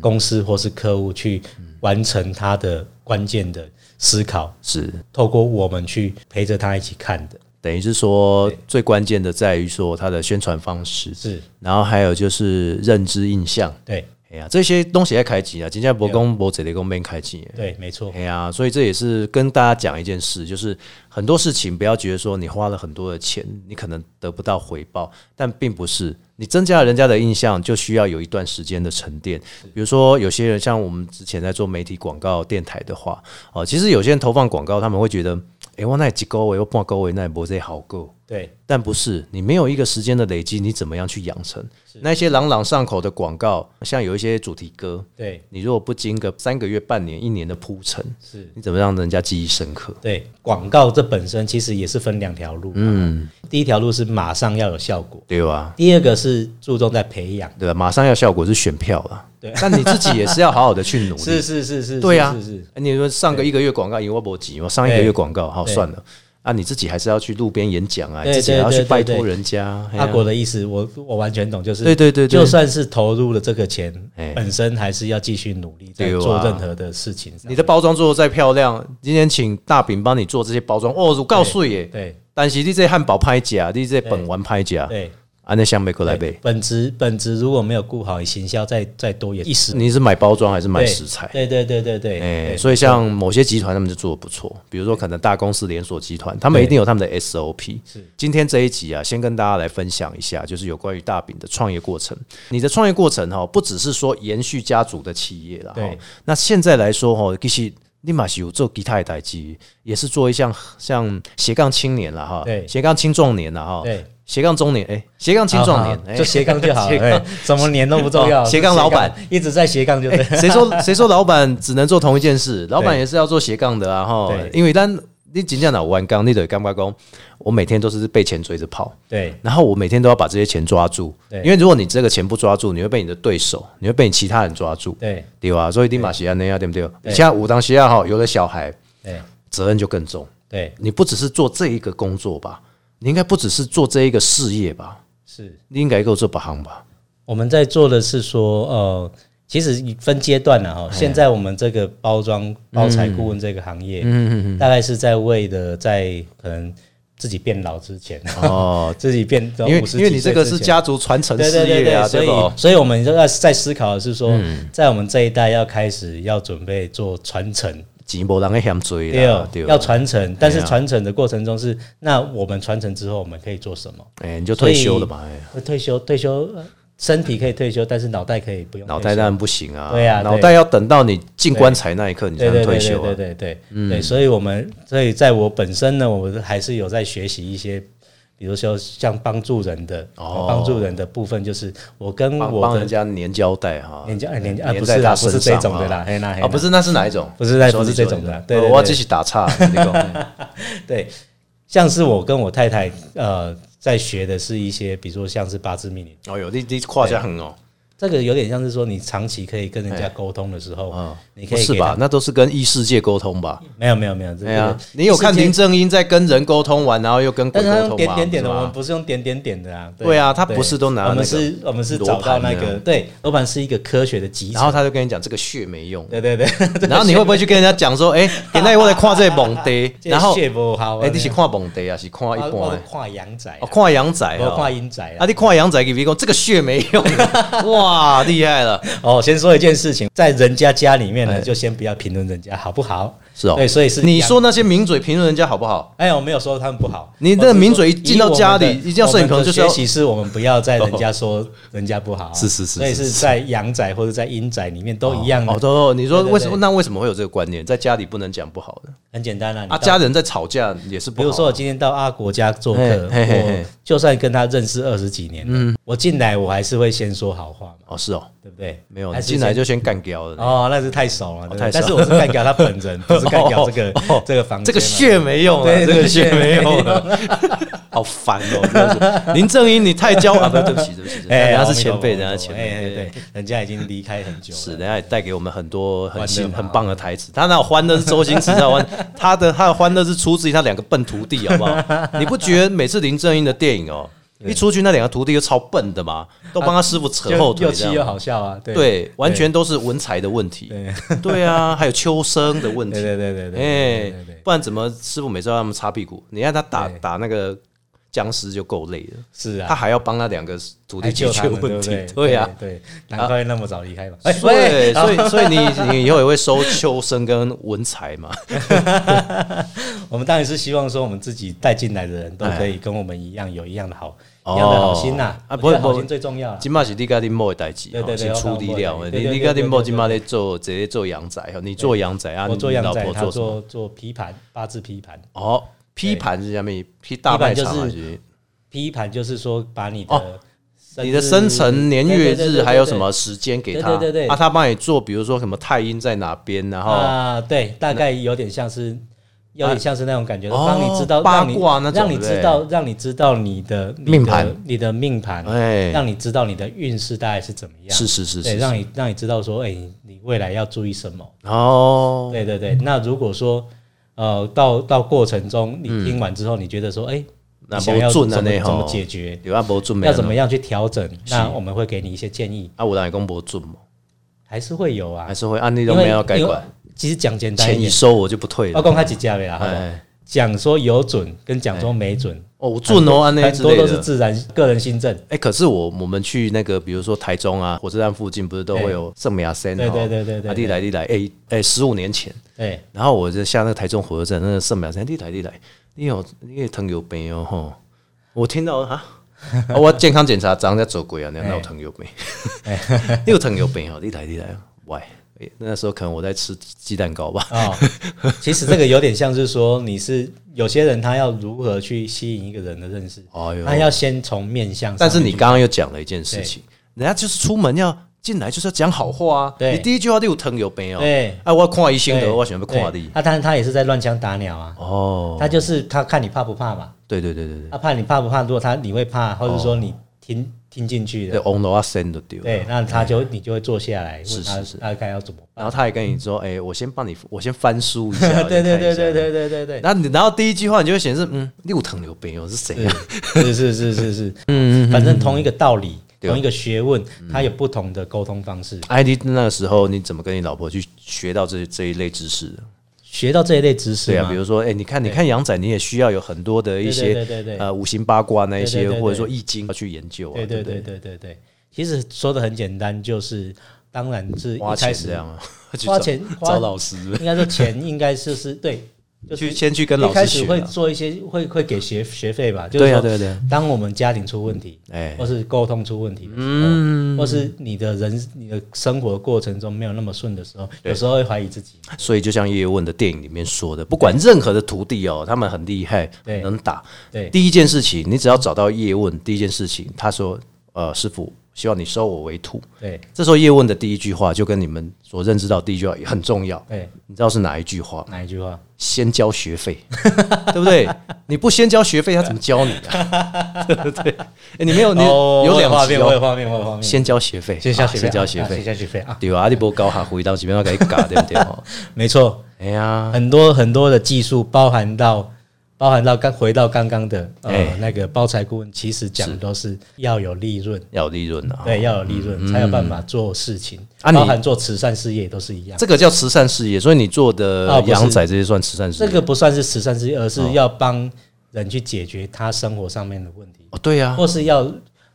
C: 公司或是客户去完成他的关键的思考。
A: 是，
C: 透过我们去陪着他一起看的，
A: 等于是说最关键的在于说它的宣传方式，
C: 是
A: 然后还有就是认知印象。
C: 对
A: 哎呀，这些东西要开机啊，新加坡公博这里公面开机。
C: 对，没错
A: 哎，呀，所以这也是跟大家讲一件事，就是很多事情不要觉得说你花了很多的钱，你可能得不到回报，但并不是你增加了人家的印象，就需要有一段时间的沉淀。比如说，有些人像我们之前在做媒体广告、电台的话，哦，其实有些人投放广告，他们会觉得，哎，我那几个位，我半个位，那不这好够。
C: 对
A: 但不是，你没有一个时间的累积，你怎么样去养成那些朗朗上口的广告？像有一些主题歌，
C: 对
A: 你如果不经个三个月、半年、一年的铺陈，
C: 是，
A: 你怎么让人家记忆深刻？
C: 对，广告这本身其实也是分两条路，嗯，第一条路是马上要有效果，
A: 对吧？
C: 第二个是注重在培养，
A: 对吧？马上要效果是选票了，对，但你自己也是要好好的去努力。
C: 是是是 是，
A: 对啊呀、
C: 是是，
A: 你说上个一个月广告赢我不急，我上一个月广告好
C: 对
A: 算了，啊，你自己还是要去路边演讲啊，
C: 对
A: 自己还要
C: 对
A: 去
C: 对
A: 拜
C: 对
A: 托
C: 对
A: 人家。嘿啊
C: 阿国的意思我我完全懂，就是
A: 对对对对
C: 就算是投入了这个钱
A: 哎，
C: 本身还是要继续努力在
A: 对哇
C: 做任何的事情上
A: 你，的包装做的再漂亮，今天请大饼帮你做这些包装，哦，我告诉你耶，
C: 对
A: 但是你这汉堡拍假，你这本丸拍假，
C: 对。
A: 啊，那香美过来
C: 对
A: 呗。
C: 本职本职如果没有顾好行销，再再多也一时
A: 你是买包装还是买
C: 对
A: 食材？
C: 对对对对对，
A: 哎、
C: 对
A: 所以像某些集团他们就做的不错，比如说可能大公司连锁集团，他们
C: 对
A: 一定有他们的 SOP
C: 是。
A: 今天这一集啊，先跟大家来分享一下，就是有关于大饼的创业过程。你的创业过程哈、不只是说延续家族的企业啦，哈
C: 对。
A: 那现在来说哈、其实立马是有做吉他的代机，也是做一项像斜杠青年了哈，
C: 对
A: 斜杠青壮年了哈，
C: 对，
A: 斜杠中年，哎、斜杠青壮年，
C: 好好
A: 哎
C: 就斜杠就 好
A: 斜
C: 了，哎什么年都不重要。
A: 哦斜杠老板
C: 斜杠一直在斜 杠就对，
A: 哎谁说谁说老板只能做同一件事？老板
C: 对
A: 也是要做斜杠的啊！哈
C: 对，
A: 因为但你仅讲脑弯杠，你得干巴工。我每天都是被钱追着跑，
C: 对
A: 然后我每天都要把这些钱抓住。
C: 对
A: 因为如果你这个钱不抓住，你会被你的对手，你会被你其他人抓住，
C: 对
A: 对吧？所以立马西亚那样啊对不对？
C: 对
A: 你像武当西亚哈，有了小孩，
C: 对
A: 责任就更重。
C: 对，
A: 你不只是做这一个工作吧，你应该不只是做这一个事业吧，
C: 是
A: 你应该够做把行吧？
C: 我们在做的是说，呃，其实分阶段
A: 哎
C: 啊了哈。现在我们这个包
A: 嗯
C: 装包材顾问这个行业，大概是在为的在可能自己变老之前，，
A: 哦
C: 自己变
A: 因为
C: 50
A: 因为你
C: 几
A: 这
C: 岁
A: 个
C: 之
A: 是
C: 前
A: 家族传承
C: 对
A: 事
C: 对对
A: 业啊，
C: 对，所以
A: 吧？嗯
C: 所以我们这个在思考的是说，在我们这一代要开始要准备做传承，
A: 钱无人会嫌追
C: 对
A: 啦
C: 哦，，
A: 对哦，
C: 要传承，但是
A: 对啊
C: 传承的过程中是，那我们传承之后我们可以做什么？
A: 哎、你就退休了嘛，哎
C: 退休退休呃身体可以退休，但是脑袋可以不用退休。
A: 脑袋当然不行啊，
C: 对啊对
A: 脑袋要等到你进棺材那一刻你才能
C: 对对
A: 退
C: 对
A: 休
C: 对
A: 啊。
C: 对对对，对，所以我们所以在我本身呢，我还是有在学习一些，比如说像帮助人的，
A: 哦
C: 帮助人的部分，就是我跟
A: 帮
C: 我
A: 帮人
C: 的
A: 家粘胶带哈，哎
C: 年家年啊
A: 粘
C: 不
A: 在
C: 是
A: 他
C: 啦，不是
A: 身
C: 这
A: 上
C: 种的啦，嘿啦嘿
A: 啊，
C: 啦
A: 不是那是哪一种？
C: 不是那
A: 说
C: 不是
A: 你说
C: 这种
A: 你
C: 的啦
A: 说
C: 对对
A: 呃
C: 对
A: 我要继续打岔。 你哎讲
C: 对，像是我跟我太太呃在学的是一些，比如说像是八字命理，
A: 哦哟，你你跨家很哦，
C: 这个有点像是说你长期可以跟人家沟通的时候
A: 啊，，
C: 哎你可
A: 哎不
C: 以
A: 是
C: 给
A: 吧
C: 他？？
A: 那都是跟异世界沟通吧？
C: 没有没有没有，这
A: 哎呀
C: 个，
A: 你有看
C: 世界
A: 林正英在跟人沟通完，然后又跟鬼
C: 但
A: 沟
C: 是
A: 通
C: 他
A: 吗？
C: 用点点点的，
A: 是吧
C: 我们不是用点点点的啊。
A: 对啊他不是都拿那
C: 我
A: 个
C: 们是，我们是
A: 罗
C: 找
A: 盘
C: 到那
A: 那
C: 个
A: 样
C: 对罗盘是一个科学的集
A: 然后
C: 成。
A: 他就跟你讲这个血没用，
C: 对对对，
A: 然后你会不会去跟人家讲说，哎，现在我在看这个蒙 地，
C: 这
A: 然后
C: 血不好啊。
A: 哎，你是看蒙地啊，是看一
C: 我
A: 般
C: 我
A: 的，
C: 看羊仔啊，
A: 哦，看羊仔
C: 我
A: 啊
C: 看。阴仔
A: 啊！
C: 啊。
A: 你看羊仔给别讲，这个血没 用，哇，厉害了！
C: 哦，先说一件事情，在人家家里面
A: 哎
C: 呢，就先不要评论人家好不好？
A: 是哦
C: 对，所以是
A: 你
C: 羊
A: 说。那些名嘴评论人家好不好？
C: 哎，我没有说他们不好。
A: 你
C: 我
A: 这
C: 是说
A: 名嘴一进到
C: 以我们
A: 家里
C: 的
A: 一进到摄影棚
C: 我们的
A: 就是要
C: 学习，是我们不要在人家说人家不好，
A: 是是是
C: 所以
A: 是
C: 是
A: 是
C: 在羊仔或者在阴仔里面都一样的
A: 哦，都、哦你说
C: 对对
A: 为什么？
C: 对
A: 那为什么会有这个观念？在家里不能讲不好的
C: 很简单啊，你
A: 啊，
C: 到
A: 家人在吵架也是不
C: 比
A: 好啊。
C: 如说我今天到阿国家做客，
A: 嘿嘿嘿嘿
C: 我就算跟他认识二十几年，嗯，我进来我还是会先说好话嘛，
A: 哦，是哦，
C: 对不对？
A: 没有，
C: 还
A: 你
C: 是
A: 进来
C: 先
A: 就先干掉了。
C: 哦，那是太熟了，对不对
A: 太熟
C: 但是我是干掉他本人，不是干掉这个、
A: 哦
C: 这个房间嘛，
A: 这个血没用了，
C: 对
A: 这
C: 啊这
A: 个
C: 个
A: 血
C: 血
A: 没
C: 没
A: 用
C: 用啊
A: 了， 好烦哦真的是！林正英，你太 骄傲啊！不，对不起，对不起，人家是前辈，
C: 哎阿弥陀佛
A: 人家前
C: 哎哎
A: 辈，对
C: 对，人家已经离开很久了，
A: 是，人家也带给我们很多很新
C: 欢乐嘛
A: 很棒的台词。他那欢乐是周星驰在欢， 他的他的欢乐是出自于他两个笨徒弟，好不 好？你不觉得每次林正英的电影哦，一出去那两个徒弟又超笨的嘛，都帮他师傅扯
C: 就
A: 后腿
C: 又
A: 这
C: 气
A: 样
C: 又
A: 吗。
C: 好笑啊，对
A: 对，完全都是文才的问题。
C: 对
A: 对啊，还有秋生的问题
C: 对。对对对对，
A: 哎
C: 对对对，
A: 不然怎么师傅每次要他们擦屁股？你看他打
C: 对
A: 打那个僵尸就够累了，
C: 是
A: 他
C: 啊。
A: 还要帮他两个徒弟
C: 来
A: 解
C: 救
A: 决
C: 他们，对
A: 问
C: 不
A: 题
C: 对？，
A: 对呀。
C: 对，难怪那么早离开嘛。哎
A: 所以，
C: 喂
A: 所以，所以你你以后也会收秋生跟文才嘛？
C: 我们当然是希望说，我们自己带进来的人都可以跟我们一样，有一样的好，
A: 哦
C: 一样的好心呐、
A: 啊
C: 啊。
A: 不会
C: 好
A: 不会
C: 心最重要、啊。
A: 金马是你跟你某的代志
C: 对，对对
A: 先处理
C: 我
A: 了。
C: 看我
A: 你
C: 对
A: 你
C: 对
A: 跟你
C: 对
A: 某
C: 对对
A: 金马在做直接做羊仔哦，你做羊仔啊，
C: 我做羊
A: 你
C: 仔，
A: 老
C: 他
A: 婆做什么？
C: 做做批盘，八字批盘。
A: 哦，批盘是下面批大
C: 批
A: 卖
C: 盘就
A: 场啊，
C: 是
A: 是
C: 批盘就是说把你的、
A: 哦你的生辰年月日还有什么时间给他？
C: 对对对对
A: 啊，他帮你做，比如说什么太阴在哪边，然后、
C: 啊？对，大概有点像是。有点像是那种感觉，
A: 哦
C: 帮你知道
A: 八
C: 让你
A: 卦那种
C: 让你知道，让你知道你的你的
A: 命盘
C: 你的命盘，
A: 哎
C: 让你知道你的运势大概是怎么样，
A: 是是是
C: 对，
A: 是，
C: 让你让你知道说，哎，你你未来要注意什么，
A: 哦，
C: 对对对，那如果说呃到到过程中，你听完之后，你觉得说，哎、
A: 嗯那
C: 你想要
A: 不准
C: 怎么
A: 啊
C: 怎
A: 那吼
C: 么解决，
A: 有阿伯准没？
C: 要怎么？样去调整，那我们会给你一些建议，
A: 啊，我让你公伯准嘛，
C: 还是会有啊
A: 还，是会按你都
C: 因
A: 没
C: 为
A: 有改
C: 因为
A: 管，
C: 其实讲简单一
A: 钱一
C: 点，
A: 收我就不退
C: 我
A: 了。
C: 讲他几家没啦，好不好？
A: 哎，
C: 讲说有准跟讲说没准，
A: 哦，我准哦，按那
C: 很
A: 之
C: 多
A: 类
C: 都是
A: 的。
C: 自然个人新政。
A: 哎，可是我我们去那个，比如说台中啊，火车站附近，不是都会有圣美亚森？
C: 对
A: 吼
C: 对对对对
A: 啊，地来地来，哎哎，十五年前，
C: 对，
A: 然后我就下那个台中火车站，那个圣苗山，你来你来，你有你也糖尿病哦吼！我听到 啊，啊我健康检查昨在走鬼啊，
C: 哎
A: 那那有糖尿病，哦你有糖尿病哦，你来你来喂，诶那时候可能我在吃鸡蛋糕吧，
C: 哦，其实这个有点像是说，你是有些人他要如何去吸引一个人的认识，
A: 哎呦
C: 他要先从面相上面去，
A: 但是你刚刚又讲了一件事
C: 哎
A: 情，人家就是出门要进来就是要讲好话啊，
C: 对
A: 你第一句话你有糖尿病哦，
C: 对
A: 哎我看医生
C: 对
A: 的，我想要看
C: 对
A: 你，
C: 他当然他也是在乱枪打鸟啊，
A: 哦，嗯
C: 他就是他看你怕不怕嘛，
A: 对对对对对，
C: 他怕你怕不怕？如果他你会怕，或者说你
A: 哦
C: 听、听进去
A: 对
C: 的，
A: 翁罗啊生都丢，
C: 对，那他就你就会坐下来
A: 是
C: 问他
A: 是是
C: 大概要怎么
A: 然
C: 办。
A: 后他也跟你说，哎、我先帮你，我先翻书一 下，我
C: 对
A: 先看
C: 对
A: 一下
C: 对对对对对对，
A: 然后你，然后第一句话你就会显示，嗯，六藤牛病，我是谁啊？
C: 是是是是是，嗯嗯，反正同一个道理，
A: 对嗯
C: 同一个学问，它有不同的沟通方式。
A: 哎，你那个时候你怎么跟你老婆去学到这这一类知识的？
C: 学到这一类知识
A: 对啊，
C: 嘛
A: 比如说，哎，你看，你看羊仔，你也需要有很多的一
C: 对对
A: 些
C: 对对对
A: 呃五行八卦那一
C: 对
A: 些，
C: 对对对
A: 或者说易经要去研究啊，
C: 对对
A: 不
C: 对对对对，其实说的很简单，就是当然是
A: 花
C: 一
A: 钱
C: 开始
A: 这样啊，去
C: 花
A: 找
C: 钱花
A: 找老师，
C: 应该说钱应该就是对就是
A: 去先去跟老
C: 一开
A: 师
C: 始
A: 学
C: 会
A: 啊。
C: 做一些会会给学学费吧，就是
A: 对呀，
C: 说
A: 对呀对呀，
C: 当我们家庭出问题，
A: 哎
C: 或，是沟通出问题的时候，
A: 嗯
C: 或是你的人你的生活过程中没有那么顺的时候，
A: 对
C: 有时候会怀疑自己。
A: 所以就像叶问的电影里面说的，不管任何的徒弟哦，他们很厉害，
C: 对
A: 能打。
C: 对
A: 第一件事情，你只要找到叶问，第一件事情，他说：“呃，师傅，希望你收我为徒。
C: 对”
A: 这时候叶问的第一句话就跟你们所认知到的第一句话也很重要。
C: 对，
A: 你知道是哪一句话吗？
C: 哪一句话？
A: 先交学费， 对不对？你不先交学费，他怎么教你啊？ 对不对？哎你没有你
C: 哦
A: 有两
C: 我有画
A: 集
C: 面，我有
A: 哦，
C: 画面，我有画面。
A: 先交学费，
C: 先交学
A: 啊
C: 费，
A: 先交学
C: 啊先
A: 费，
C: 交学费啊！
A: 对吧？阿你不搞哈回到这边要给嘎，对不对？哦
C: 没错，
A: 哎呀，
C: 很多很多的技术包含到包含到刚回到刚刚的
A: 哎
C: 呃那个包财顾问，其实讲的都是要有利润，
A: 要有利润啊，
C: 对，要有利润才有办法做事情，
A: 啊你
C: 包含做慈善事业也都是一样。
A: 这个叫慈善事业，所以你做的
C: 哦不是
A: 羊仔这些算慈善事
C: 这
A: 业。
C: 个不算是慈善事业，而
A: 哦
C: 是要帮人去解决他生活上面的问题，
A: 哦，对呀、
C: 或是要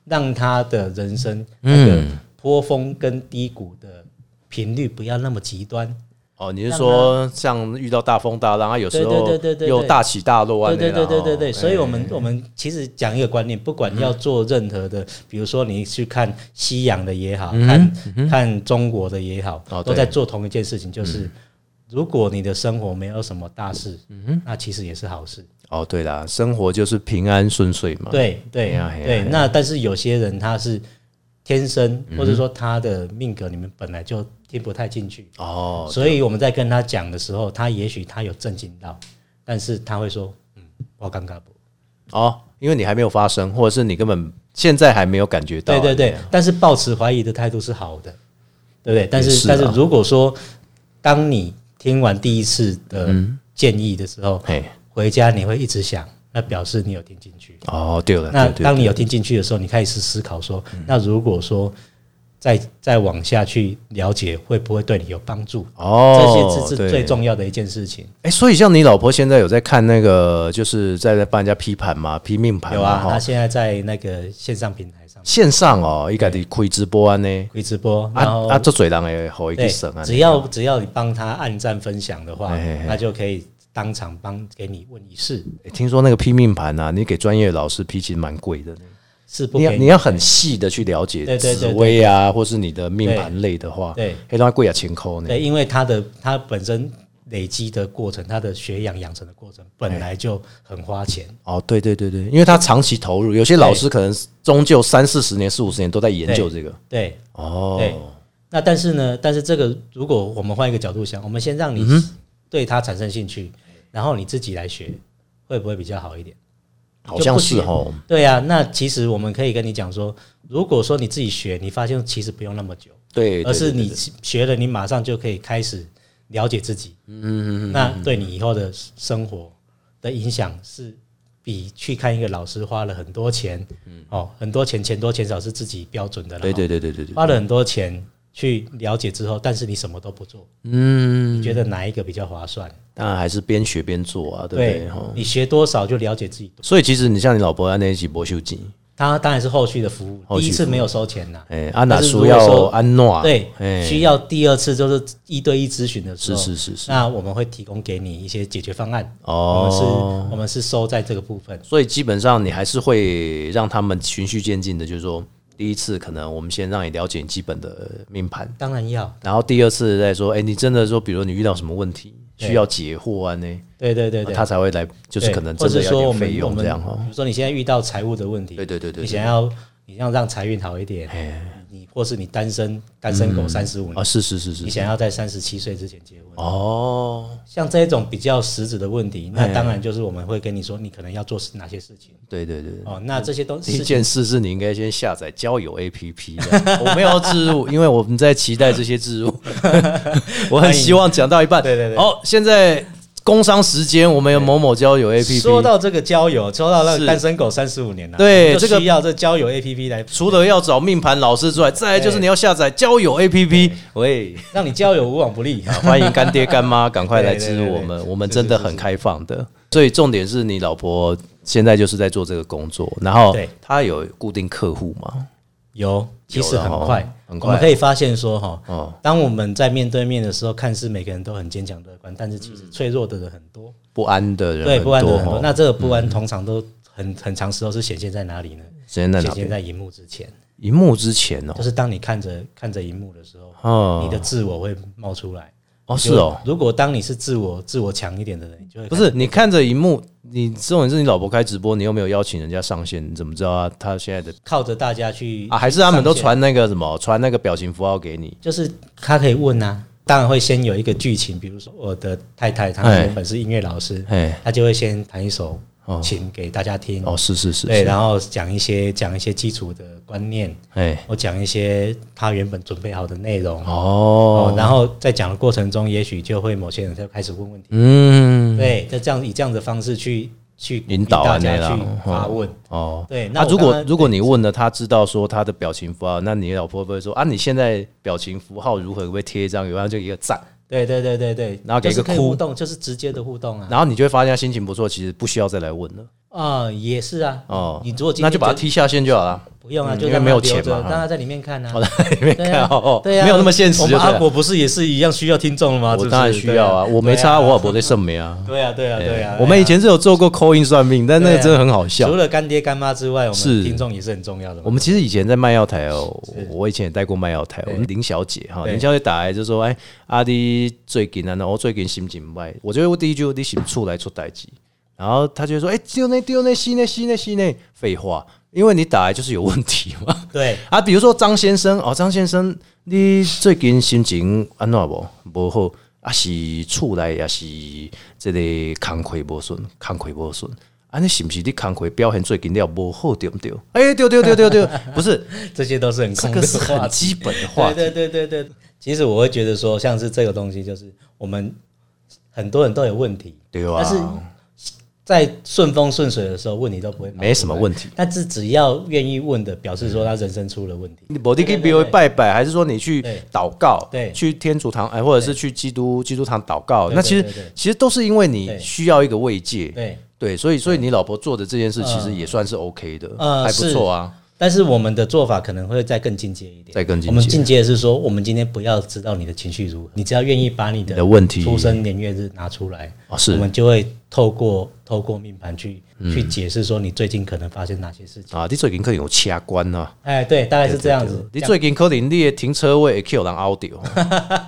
C: 让他的人生那个
A: 嗯
C: 波峰跟低谷的频率不要那么极端。
A: 哦，你是说像遇到大风大浪，啊，有时候
C: 对对对对对对
A: 又大起大落啊，
C: 对对对对对对，
A: 哦
C: 所以我们
A: 哎
C: 我们其实讲一个观念，不管要做任何的，比如说你去看西洋的也
A: 嗯
C: 好，看看中国的也好
A: 哦，
C: 都
A: 对嗯
C: 在做同一件事情，就是如果你的生活没有什么大事，那其实也是好事。
A: 哦对啦，生活就是平安顺遂嘛。，
C: 对对
A: 哦哎嘿呀嘿呀
C: 对
A: 嘿呀，嗯
C: 那但是有些人他是天生，或者说他的命格里面本来就听不太进去，
A: 哦，
C: 所以我们在跟他讲的时候，他也许他有震惊到，但是他会说，嗯，我尴尬不。
A: 哦，因为你还没有发生，或者是你根本现在还没有感觉到啊、
C: 对对对
A: 哎，
C: 但是抱持怀疑的态度是好的，对不对？但是
A: 也是啊
C: 但是如果说当你听完第一次的
A: 嗯
C: 建议的时候，
A: 嘿，
C: 回家你会一直想，那表示你有听进去。
A: 哦，对了，
C: 那
A: 对对嗯
C: 当你有听进去的时候，你开始思考说，那如果说再再往下去了解，会不会对你有帮助？
A: 哦，
C: 这些是是
A: 对
C: 最重要的一件事情。
A: 哎、所以像你老婆现在有在看那个，就是在在帮人家批盘嘛，批命盘嘛
C: 有啊，
A: 哈
C: 他现在在那个线上平台上
A: 线上哦，伊家己开直播安呢，
C: 可以直播，然
A: 啊
C: 后
A: 啊，做嘴人会互伊去
C: 对
A: 省啊，，
C: 只要只要你帮他按赞分享的话
A: 嘿嘿嘿，
C: 他就可以当场帮给你问一试，
A: 欸听说那个批命盘啊，你给专业老师批其实蛮贵的，
C: 是不
A: 你要
C: 给
A: 你要很细的去了解
C: 对对对
A: 紫
C: 对
A: 薇啊，或是你的命盘类的话，
C: 对
A: 黑东贵啊千扣呢，
C: 对，因为他的他本身累积的过程，他的学养养成的过程本来就很花钱，
A: 哦，对对对对，因为他长期投入，有些老师可能终究三四十年、四五十年都在研究这个，
C: 对。对
A: 哦，
C: 那但是呢，但是这个如果我们换一个角度想，我们先
A: 嗯
C: 让你对他产生兴趣，然后你自己来学，会不会比较好一点？
A: 好像是哦，
C: 对啊，那其实我们可以跟你讲说，如果说你自己学，你发现其实不用那么久。
A: 对，对
C: 而是
A: 对
C: 你学了，你马上就可以开始了解自己。嗯，那对你以后的生活的影响是比去看一个老师花了很多钱，哦，很多钱，钱多钱少是自己标准的啦。
A: 嗯对
C: 哦
A: 对对对对对，
C: 花了很多钱去了解之后，但是你什么都不做，
A: 嗯，
C: 你觉得哪一个比较划算？
A: 当然还是边学边做啊，对不对？哈，
C: 你学多少就了解自己多。
A: 所以其实你像你老婆安那一起博修金，
C: 他当然是后续的服
A: 后
C: 务，
A: 续
C: 第一次
A: 服务
C: 没有收钱呐。
A: 哎，安娜
C: 但是
A: 叔
C: 如果
A: 要
C: 说
A: 安诺，
C: 对，需
A: 哎，
C: 要第二次就是一对一咨询的时
A: 是
C: 候，
A: 是是是，
C: 那我们会提供给你一些解决方案。我们是，
A: 哦。
C: 我们是收在这个部分。
A: 所以基本上你还是会让他们循序渐进的，就是说，第一次可能我们先让你了解你基本的命盘，
C: 当然要，
A: 然后第二次再说，哎、你真的说，比如你遇到什么问题
C: 对
A: 需要解惑啊呢，
C: 对对对对，
A: 他才会来，就是
C: 对
A: 可能
C: 或
A: 真
C: 者
A: 的要
C: 说我
A: 点
C: 们
A: 费
C: 我
A: 用
C: 们
A: 这样哦
C: 比。如说你现在遇到财务的问题，
A: 对对对对
C: 你
A: 对
C: 想要你要让财运好一点，你或是你单身单身狗三十五
A: 啊，
C: 年，
A: 是是是是
C: 你
A: 是，
C: 想要在三十七岁之前结婚，
A: 哦，
C: 像这种比较实质的问题，
A: 哎
C: 那当然就是我们会跟你说，你可能要做哪些事情
A: 对对对。
C: 哦。那这些东
A: 第一
C: 西
A: 件事是你应该先下载交友 APP，的 我没有要置入，因为我们在期待这些置入。 我很希望讲到一半，
C: 对对对
A: 好，现在工商时间，我们有某某交友 APP。
C: 说到这个交友，说到那
A: 是
C: 个单身狗三十五年了、
A: 对
C: 就
A: 这个
C: 需要这交友 A P P 来
A: 除了要找命盘老师之外，再来就是你要下载交友 APP。喂，
C: 让你交友无往不利。
A: 啊欢迎干爹干 妈，赶快来
C: 对对
A: 支持
C: 对对
A: 我们，我们真的很开放的。所以重点是你老婆现在就是在做这个工作，然后
C: 对
A: 她有固定客户嘛？
C: 有，其实
A: 有了
C: 很
A: 哦
C: 快，
A: 很
C: 我
A: 快
C: 们可以发现说哈，
A: 哦
C: 当我们在面对面的时候，看似每个人都很坚强乐观，但是其实脆弱的人很多，
A: 不安的人
C: 对，不安的人很
A: 哦
C: 多。那这个不安通常都很很长时候是显现在哪里呢？
A: 时嗯间在
C: 显
A: 哪
C: 现
A: 边？
C: 在荧幕之前，
A: 荧幕之前哦
C: 就，是当你看着看着荧幕的时候，
A: 哦
C: 你的自我会冒出来。
A: 哦是哦，
C: 如果当你是自我自我强一点的人，你就会
A: 不是你看着荧幕，你这种人是你老婆开直播，你又没有邀请人家上线，你怎么知道啊？她现在的
C: 靠着大家去
A: 啊，还是他们都
C: 上线
A: 传那个什么，传那个表情符号给你
C: 就是他可以问啊，当然会先有一个剧情，比如说我的太太，她
A: 哎
C: 原本是音乐老师
A: 哎，
C: 她就会先弹一首
A: 哦
C: 琴给大家听，
A: 哦，是是是，
C: 对，
A: 是
C: 然后讲一些讲一些基础的观念，
A: 哎，
C: 我讲一些她原本准备好的内容，哦，
A: 哦，
C: 然后在讲的过程中，也许就会某些人就开始问问题，
A: 嗯，
C: 对，就这样以这样的方式去去
A: 引导啊
C: 大家
A: 那啦
C: 去发问，
A: 哦。
C: 对，
A: 那、
C: 那我
A: 如
C: 刚
A: 果
C: 刚
A: 如果你问了他知道说他的表情符号，那你老婆会不会说啊？你现在表情符号如何？会不会贴一张，然后就一个赞，
C: 对对对对对，
A: 然后给一个
C: 就是可以
A: 哭
C: 互动，就是直接的互动啊，
A: 然后你就会发现他心情不错，其实不需要再来问了
C: 啊，也是啊，
A: 哦。
C: 你如果今
A: 那
C: 天
A: 就把他踢下线就好了。
C: 不用啊，
A: 嗯
C: 就
A: 因为
C: 让它
A: 没有
C: 留
A: 钱
C: 着
A: 嘛
C: 让他在里面看啊。
A: 我在里面
C: 对
A: 看
C: 啊
A: 哦，
C: 对啊，
A: 没有那么现实
C: 我
A: 就对
C: 们阿
A: 了。
C: 果不是也是一样需要听众吗？
A: 我当然需要啊，我没差，我老婆在剩没啊。
C: 对啊，对啊，对啊对啊。
A: 我们以前是有做过扣印算命，但那个真的很好笑
C: 除。了干爹干妈之外，我
A: 是
C: 们听众也是很重要的嘛。
A: 我们其实以前在卖药台哦
C: 是，
A: 我以前也带过卖药台。
C: 对
A: 我们林小姐哈，
C: 对
A: 林小姐打来就说：“哎，阿弟最近啊，然后我最近心情不坏，我觉得我第一句我的心出来出代志。”然后她就说：“哎，丢那丢那西那西那西那，废话，因为你打来就是有问题嘛。
C: 对
A: 啊，比如说张先生哦，张先生，你最近心情安怎无？无好啊，是厝内也是这个工课无顺，工课无顺。啊，你是不是你工课表现最近了无好对不对？哎、对对对对对， 不是，
C: 这些都是很
A: 这
C: 空
A: 个
C: 的
A: 是
C: 话
A: 很
C: 题。
A: 基本的话题。
C: 对对对对对。其实我会觉得说，像是这个东西，就是我们很多人都有问题，
A: 对啊
C: 但是在顺风顺水的时候问你都不会，
A: 没什么问题。
C: 但是只要愿意问的，表示说他人生出了问题。
A: 你某地给
C: 对对
A: 别人
C: 对
A: 拜拜，还是说你去
C: 对
A: 祷告，
C: 对
A: 去天主堂，哎，或者是去基督基督堂祷告？
C: 对
A: 那
C: 对
A: 其实
C: 对对
A: 其实都是因为你
C: 对
A: 需要一个慰藉，
C: 对。嗯
A: 对，所以所以你老婆做的这件事其实也算是 OK 的，
C: 呃
A: 还不错啊。
C: 但是我们的做法可能会再更进阶一点，
A: 再更进阶
C: 我们进阶的是说，我们今天不要知道你的情绪如何，你只要愿意把你
A: 你
C: 的
A: 的问题
C: 出生年月日拿出来，
A: 哦是嗯
C: 我们就会透过透过命盘去、去解释说你最近可能发生哪些事情。
A: 啊，你最近可能有掐关啊，
C: 哎，对，大概是这样子，
A: 你
C: 这样
A: 最近可能你的停车位也有人凹掉，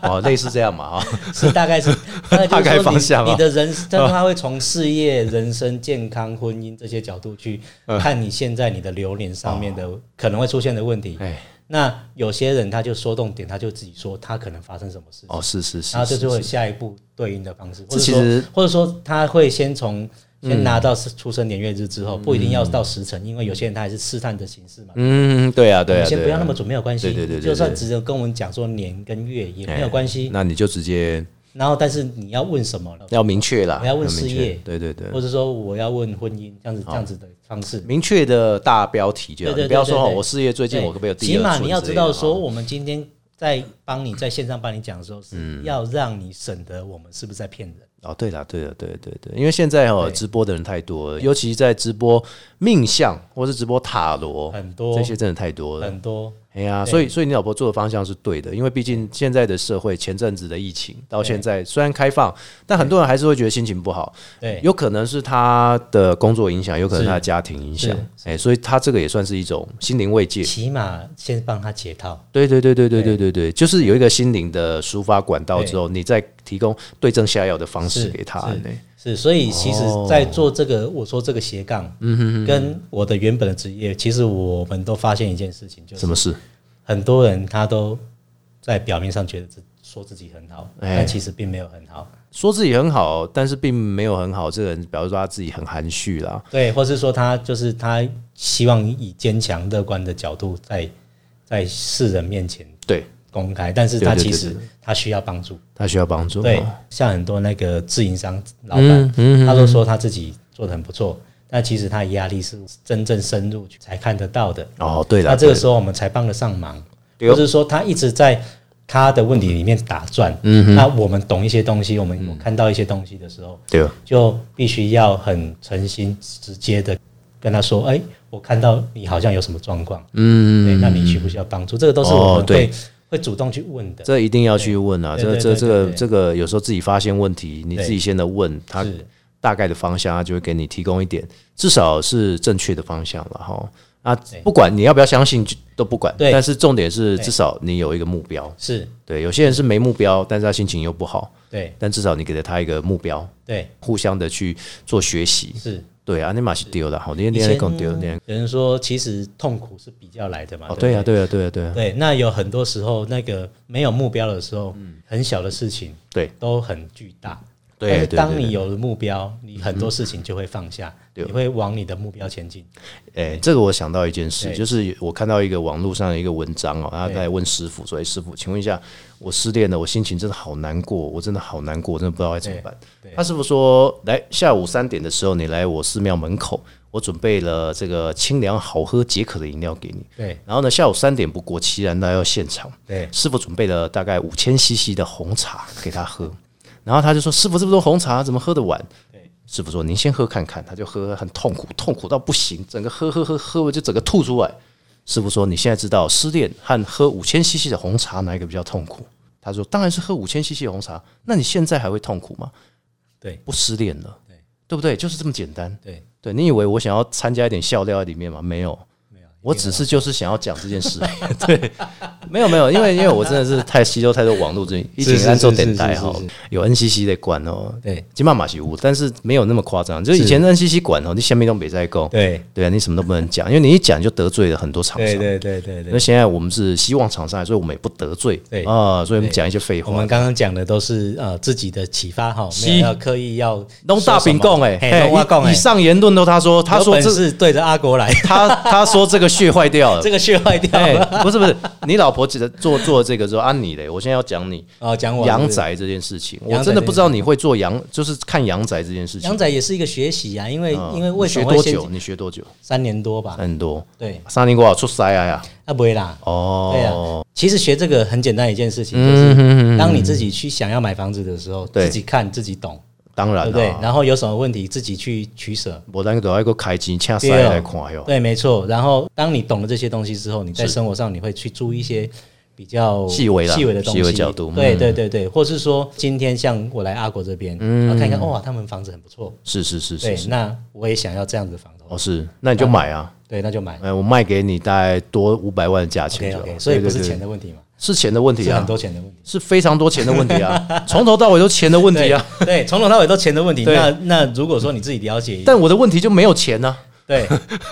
A: 哦，类似这样嘛哈。
C: 是 大概是大概就是说
A: 大概方向啊
C: 你你的 人，但是他会从事业、人生、健康、婚姻这些角度去
A: 嗯
C: 看你现在你的流年上面的可能会出现的问题。
A: 哦哎，
C: 那有些人他就说动点，他就自己说他可能发生什么事情。
A: 哦，是是是，
C: 然啊后这就会
A: 是
C: 有下一步对应的方式，或
A: 这
C: 者
A: 其
C: 说
A: 实嗯
C: 或者说他会先从先拿到出生年月日之后，不一定要到时辰，因为有些人他还是试探的形式嘛。
A: 嗯，对啊，对
C: 你
A: 啊，
C: 先
A: 对
C: 不要
A: 啊
C: 那么准没有关系，
A: 对对对对对哎
C: 就算只有跟我们讲说年跟月也没有关系。
A: 那你就直接
C: 然后但是你要问什么了，
A: 要明确啦，
C: 我要问
A: 明
C: 事
A: 确
C: 业
A: 对对对，
C: 或者说我要问婚姻这样子这样子的方式。
A: 明确的大标题就
C: 对
A: 好，
C: 对，
A: 你不要
C: 对
A: 说
C: 对
A: 哦，
C: 对
A: 我事业最近
C: 对
A: 我可不可以有第
C: 起
A: 二
C: 码
A: 春
C: 你要
A: 之
C: 知
A: 类
C: 道
A: 的
C: 说，
A: 哦
C: 我们今天在帮你在线上帮你讲的时候，
A: 嗯
C: 是要让你省得我们是不是在骗人。
A: 哦，对啦，对了，对对对，因为现在哦，
C: 对
A: 直播的人太多了，尤其在直播命相或是直播塔罗，
C: 很多
A: 哦这些真的太多了。
C: 很多
A: 哎呀，所以所以你老婆做的方向是对的，因为毕竟现在的社会，前阵子的疫情到现在虽然开放，但很多人还是会觉得心情不好，
C: 对
A: 有可能是他的工作影响，有可能
C: 是
A: 他的家庭影响
C: 是，
A: 哎，所以他这个也算是一种心灵慰藉。
C: 起码先帮他解套。
A: 对对对对对对对对，就是有一个心灵的抒发管道之后，你再提供对症下药的方式
C: 是
A: 给他。
C: 是
A: 哎
C: 是，所以其实，在做这个，我说这个斜杠，
A: 嗯
C: 跟我的原本的职业，其实我们都发现一件事情，就
A: 什
C: 是
A: 么事？
C: 很多人他都在表面上觉得自说自己很好，
A: 哎
C: 但其实并没有很好，
A: 说自己很好，但是并没有很好。这个人表示说他自己很含蓄啦。
C: 对，或是说他就是他希望以坚强乐观的角度在在世人面前
A: 对
C: 公开，但是他
A: 对对
C: 其
A: 对
C: 实
A: 对
C: 他需要帮助。
A: 他需要帮助。
C: 对
A: 哦，
C: 像很多那个自营商老
A: 嗯
C: 板，他都说他自己做的很不错，但其实他压力是真正深入才看得到的。
A: 哦，对了，
C: 那这个
A: 对
C: 时候我们才帮得上忙，
A: 对哦
C: 或者说他一直在他的问题里面打转。嗯，那我们懂一些东西，我
A: 嗯
C: 们有看到一些东西的时候，
A: 对哦
C: 就必须要很诚心直接的跟他说，哎、我看到你好像有什么状况，对，
A: 嗯，
C: 那你需不需要帮助？这个都是我
A: 哦
C: 们
A: 对
C: 会、会主动去问的。
A: 这一定要去问啊，
C: 对
A: 这
C: 对
A: 这
C: 对
A: 这
C: 对
A: 个
C: 对
A: 这个有时候自己发现问题，你
C: 对
A: 自己先的问他
C: 是
A: 大概的方向，他啊就会给你提供一点，至少是正确的方向了哈。啊，不管你要不要相信就都不管，
C: 对
A: 但是重点是
C: 对
A: 至少你有一个目标。
C: 是，
A: 对，有些人是没目标，但是他心情又不好，
C: 对
A: 但至少你给了他一个目标，
C: 对
A: 互相的去做学习。
C: 是。
A: 对啊，你马是丢了，好，你你
C: 以前嗯
A: 你更丢你
C: 有人说，其实痛苦是比较来的嘛。
A: 哦，
C: 不
A: 对啊，对啊，对啊，对啊，
C: 对，那有很多时候，那个没有目标的时候，很小的事情
A: 对
C: 都很巨大。
A: 对
C: 但是
A: 对对
C: 当
A: 对嗯
C: 你有了目标，你很多事情就会放下，
A: 对
C: 你会往你的目标前进。
A: 哎、这个我想到一件事，
C: 对
A: 就是我看到一个网络上的一个文章哦，他在问师傅说：“哎，师傅，请问一下，我失恋了，我心情真的好难过，我真的好难过，我真的不知道该怎么办。”他师傅说：“来，下午三点的时候，你来我寺庙门口，我准备了这个清凉好喝解渴的饮料给你。
C: 对
A: 然后呢，下午三点不果其然来到现场，
C: 对
A: 师傅准备了大概五千 CC 的红茶给他喝，然后他就说：“师傅，这么多红茶怎么喝得完？”师傅说：“您先喝看看。”他就喝，很痛苦，痛苦到不行，整个喝喝喝喝，我就整个吐出来。师傅说：“你现在知道失恋和喝五千 CC 的红茶哪一个比较痛苦？”他说：“当然是喝五千 CC 的红茶。那你现在还会痛苦吗？
C: 对
A: 不失恋了，
C: 对
A: 对不对？就是这么简单。
C: 对，
A: 对你以为我想要参加一点笑料在里面吗？没有，
C: 没有，
A: 我只是就是想要讲这件 事，对，没有没有，因为因为我真的是太吸收太多网络资讯，以
C: 是是
A: 前按做电台
C: 是是
A: 哈
C: 是是，
A: 有 NCC 在管哦，
C: 对
A: 金马马西屋，但是没有那么夸张，就是以前 NCC 管哦，你下面都没在够，
C: 对
A: 对啊，你什么都不能讲，因为你一讲就得罪了很多厂
C: 对
A: 商。
C: 对对对
A: 那
C: 对。
A: 现在我们是希望厂商来，所以我们也不得罪，
C: 对
A: 啊，所以我们讲一些废
C: 我
A: 话
C: 们，刚刚讲的都是呃自己的启发哈，
A: 是
C: 没有要刻意要
A: 弄大饼供哎，
C: 哎，弄大供
A: 以
C: 哎，
A: 上言论都他说，他说
C: 有
A: 这
C: 本事对着阿 国来，
A: 他他说这个血坏掉了
C: 这，个血坏掉
A: 哎
C: 了。，
A: 不是不是，你老婆只能做做这个之后，按、啊、你嘞，我现在要讲你
C: 哦，讲我
A: 阳
C: 是不是
A: 宅这件事情，我
C: 阳宅
A: 真的不知道你会做阳，就是看阳宅这件事情。
C: 杨仔也是一个学习啊，因为、
A: 嗯
C: 因为为
A: 你
C: 什
A: 学
C: 么会
A: 多
C: 先
A: 久？你学多久？
C: 三年多吧？
A: 很多，
C: 对，
A: 三年过后出塞啊呀！
C: 啊不会啦。对啊
A: 哦，
C: 其实学这个很简单一件事情，就
A: 嗯哼哼哼
C: 是当你自己去想要买房子的时候，
A: 对
C: 自己看自己懂，
A: 当
C: 对
A: 然
C: 不对？
A: 了、
C: 然后有什么问题自己去取舍。
A: 我那个都要个开机请啊塞
C: 对哦
A: 来看哟。
C: 对，没错。然后当你懂了这些东西之后，你在生活上你会去注意一些比较
A: 细微啦
C: 细微的东西
A: 细微角度
C: 对
A: 嗯
C: 对对对，或是说今天像我来阿国这边，然后看一看哇，他们房子很不错，
A: 是是是嗯是
C: 对，
A: 是，
C: 那我也想要这样子的房子，
A: 哦是，那你就买啊，
C: 对，那就买。
A: 哎，我卖给你大概多五百万的价
C: OK
A: 钱就好
C: 嗯 OK，所以不是
A: 对对对
C: 钱的问题嘛，
A: 是钱的问题
C: 是
A: 啊，
C: 很多钱的问题。
A: 是非常多钱的问题 啊，从头到尾都钱的问题啊。
C: 对，对，从头到尾都钱的问题。
A: 对
C: 那那如果说你自己了解，
A: 但我的问题就没有钱呢、
C: 对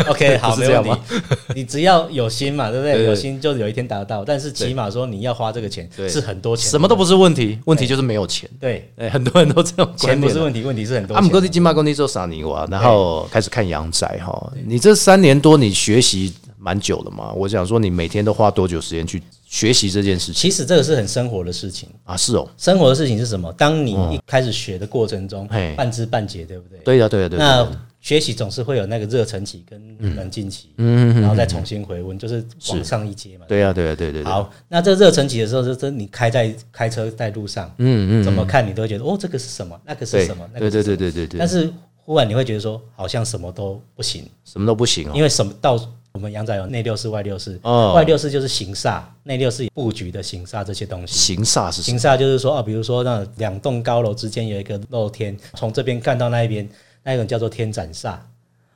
C: ，OK，好，
A: 不是
C: 没
A: 这样
C: 问
A: 吗
C: 题。 你只要有心嘛，对不
A: 对
C: 对？
A: 对
C: 有心就有一天达到，但是起码说你要花这个钱
A: 对
C: 是很多钱，
A: 什么都不是问题，问题就是没有钱。
C: 对，
A: 哎、很多人都这种观
C: 钱不是
A: 点啊。
C: 问题，问题是很多
A: 阿姆哥
C: 钱
A: 的
C: 嘛。
A: 金马工地做傻泥娃，然后开始看阳宅哈。你这三年多，你学习蛮久了嘛？我想说，你每天都花多久时间去学习这件事情
C: 其实这个是很生活的事情。
A: 啊？是哦，
C: 生活的事情是什么？当你一开始学的过程中
A: 嘿，
C: 半知半解，对不对？
A: 对的，对的，对
C: 那
A: 的。
C: 学习总是会有那个热忱期跟冷静期，然后再重新回温，就是往上一阶嘛。
A: 对呀、啊，对呀、啊，对对对，
C: 好，那这热忱期的时候，就是你开在开车在路上，
A: 嗯嗯，
C: 怎么看你都会觉得哦，这个是什么，那个是
A: 对
C: 什么，那
A: 对
C: 个
A: 对
C: 是什
A: 对
C: 么。
A: 对对对，
C: 但是忽然你会觉得说，好像什么都不行，
A: 什么都不行哦
C: 因。为什么到我们阳宅有内六四、外六四，
A: 哦
C: 外六四就是行煞，内六四布局的行煞这些东西。
A: 行煞是什
C: 行
A: 么？
C: 煞就是说啊，比如说那两栋高楼之间有一个露天，从这边看到那一边，那一种叫做天斩煞。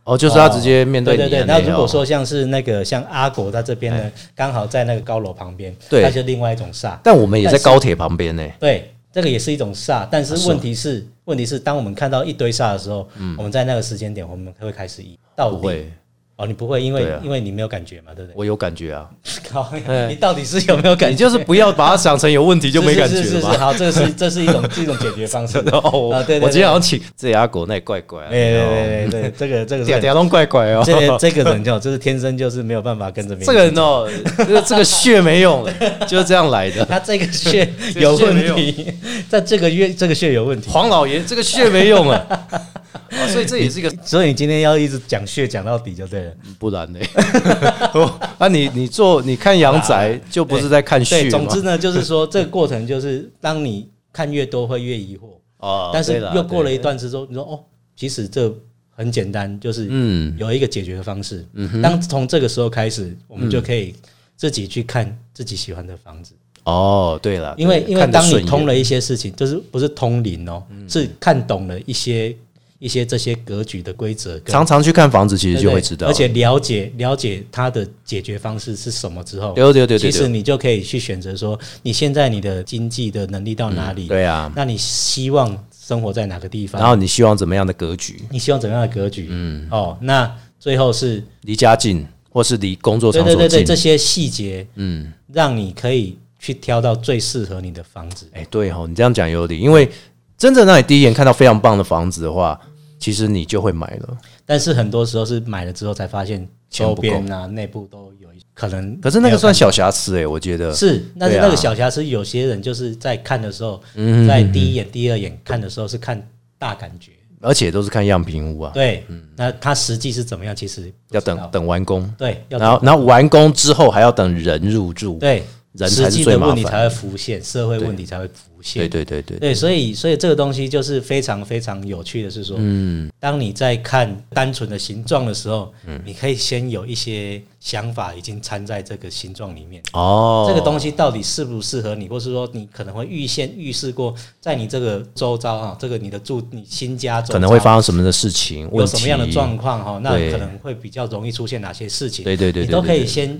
A: 哦，就是他直接面
C: 对
A: 你、啊。
C: 对对，
A: 那哎
C: 那如果说像是那个像阿国他这边呢，刚好在那个高楼旁边，
A: 对
C: 那就另外一种煞。
A: 但我们也在
C: 但是
A: 高铁旁边呢、
C: 对，这个也是一种煞，但
A: 啊是哦
C: 是问题是，问题是当我们看到一堆煞的时候，我们在那个时间点，我们会开始疑到
A: 嗯不
C: 底
A: 会，
C: 哦，你不会因为、
A: 对啊
C: 因为你没有感觉嘛，对不对？
A: 我有感觉啊。
C: 靠
A: 哎，
C: 你到底是有没有感
A: 你
C: 觉？
A: 就是不要把它想成有问题就没感觉
C: 是是是
A: 了
C: 是
A: 嘛。
C: 好，这 个是这是一种这种解决方式。
A: 哦，
C: 啊对对对
A: 我今天好像请这阿狗那也怪怪啊，
C: 对对对对，对这 个这个
A: 嗲
C: 是
A: 嗲龙怪怪哦，
C: 这个这个人就就是天生就是没有办法跟着别人
A: 这个人哦，这个这个血没用了，就是这样来的。
C: 他这个穴
A: 这
C: 有
A: 个穴没
C: 问题， 在这个月这个穴有问题，
A: 黄老爷这个血没用了， 哦所以这也是一个
C: 所以你今天要一直讲穴讲到底就对了。
A: 不然 呢。 哦啊，你你做你看阳宅就不是在看
C: 对，
A: 血
C: 总
A: 吗
C: 之？呢，就是说这个过程就是当你看越多会越疑惑，
A: 哦
C: 但是
A: 对啦
C: 又过了一
A: 对
C: 段之后，你说哦，其实这很简单，就是
A: 嗯，
C: 有一个解决的方式。当从这个时候开始，我们就可以自己去看自己喜欢的房子，
A: 哦，对了，
C: 因为
A: 对
C: 因为
A: 看得
C: 当你
A: 顺眼嗯
C: 通了一些事情，就是不是通灵哦，是看懂了一些一些这些格局的规则跟，
A: 常常去看房子，其
C: 对
A: 实
C: 不
A: 就
C: 对
A: 会知道，
C: 而且了解了解它的解决方式是什么之后，
A: 对对对对
C: 其实
A: 对，
C: 你就可以去选择说，你现在你的经济的能力到哪里？
A: 对啊，
C: 那你希望生活在哪个地方？
A: 然后你希望怎么样的格局？
C: 你希望怎么样的格局？嗯，哦，那最后是
A: 离家近，或是离工作
C: 对
A: 场
C: 对
A: 所
C: 对对，
A: 近？
C: 这些细节，嗯，让你可以去挑到最适合你的房子。
A: 哎、对哦，你这样讲有理，因为真正让你第一眼看到非常棒的房子的话，其实你就会买了。
C: 但是很多时候是买了之后才发现，
A: 钱不
C: 周
A: 够
C: 边啊、内部都有一可能。
A: 可是那个算小瑕疵哎、我觉得
C: 是，但是
A: 对啊嗯
C: 那个小瑕疵，有些人就是在看的时候，在第一眼、第二眼看的时候是看大感觉，
A: 而且都是看样品屋啊，
C: 对，那它实际是怎么样？其实不
A: 要
C: 知道
A: 等等完工，
C: 对，要
A: 然后然后完工之后还要等人入住，
C: 对
A: 人
C: 实
A: 才是
C: 际
A: 最
C: 的
A: 麻
C: 问题
A: 烦。
C: 才会浮现，社会问题才会浮现。
A: 对对对对，
C: 对，所以所以这个东西就是非常非常有趣的，是说，嗯，当你在看单纯的形状的时候，
A: 嗯
C: 你可以先有一些想法已经掺在这个形状里面，
A: 哦，
C: 这个东西到底适不适合你，或是说你可能会预先预示过，在你这个周遭啊，这个你的住你新家周
A: 可能会
C: 遭
A: 发生什么的事情，
C: 有
A: 问
C: 什
A: 题
C: 么样的状况哈，那
A: 对
C: 可能会比较容易出现哪些事情，
A: 对对对对
C: 你都可
A: 对
C: 以
A: 对
C: 先。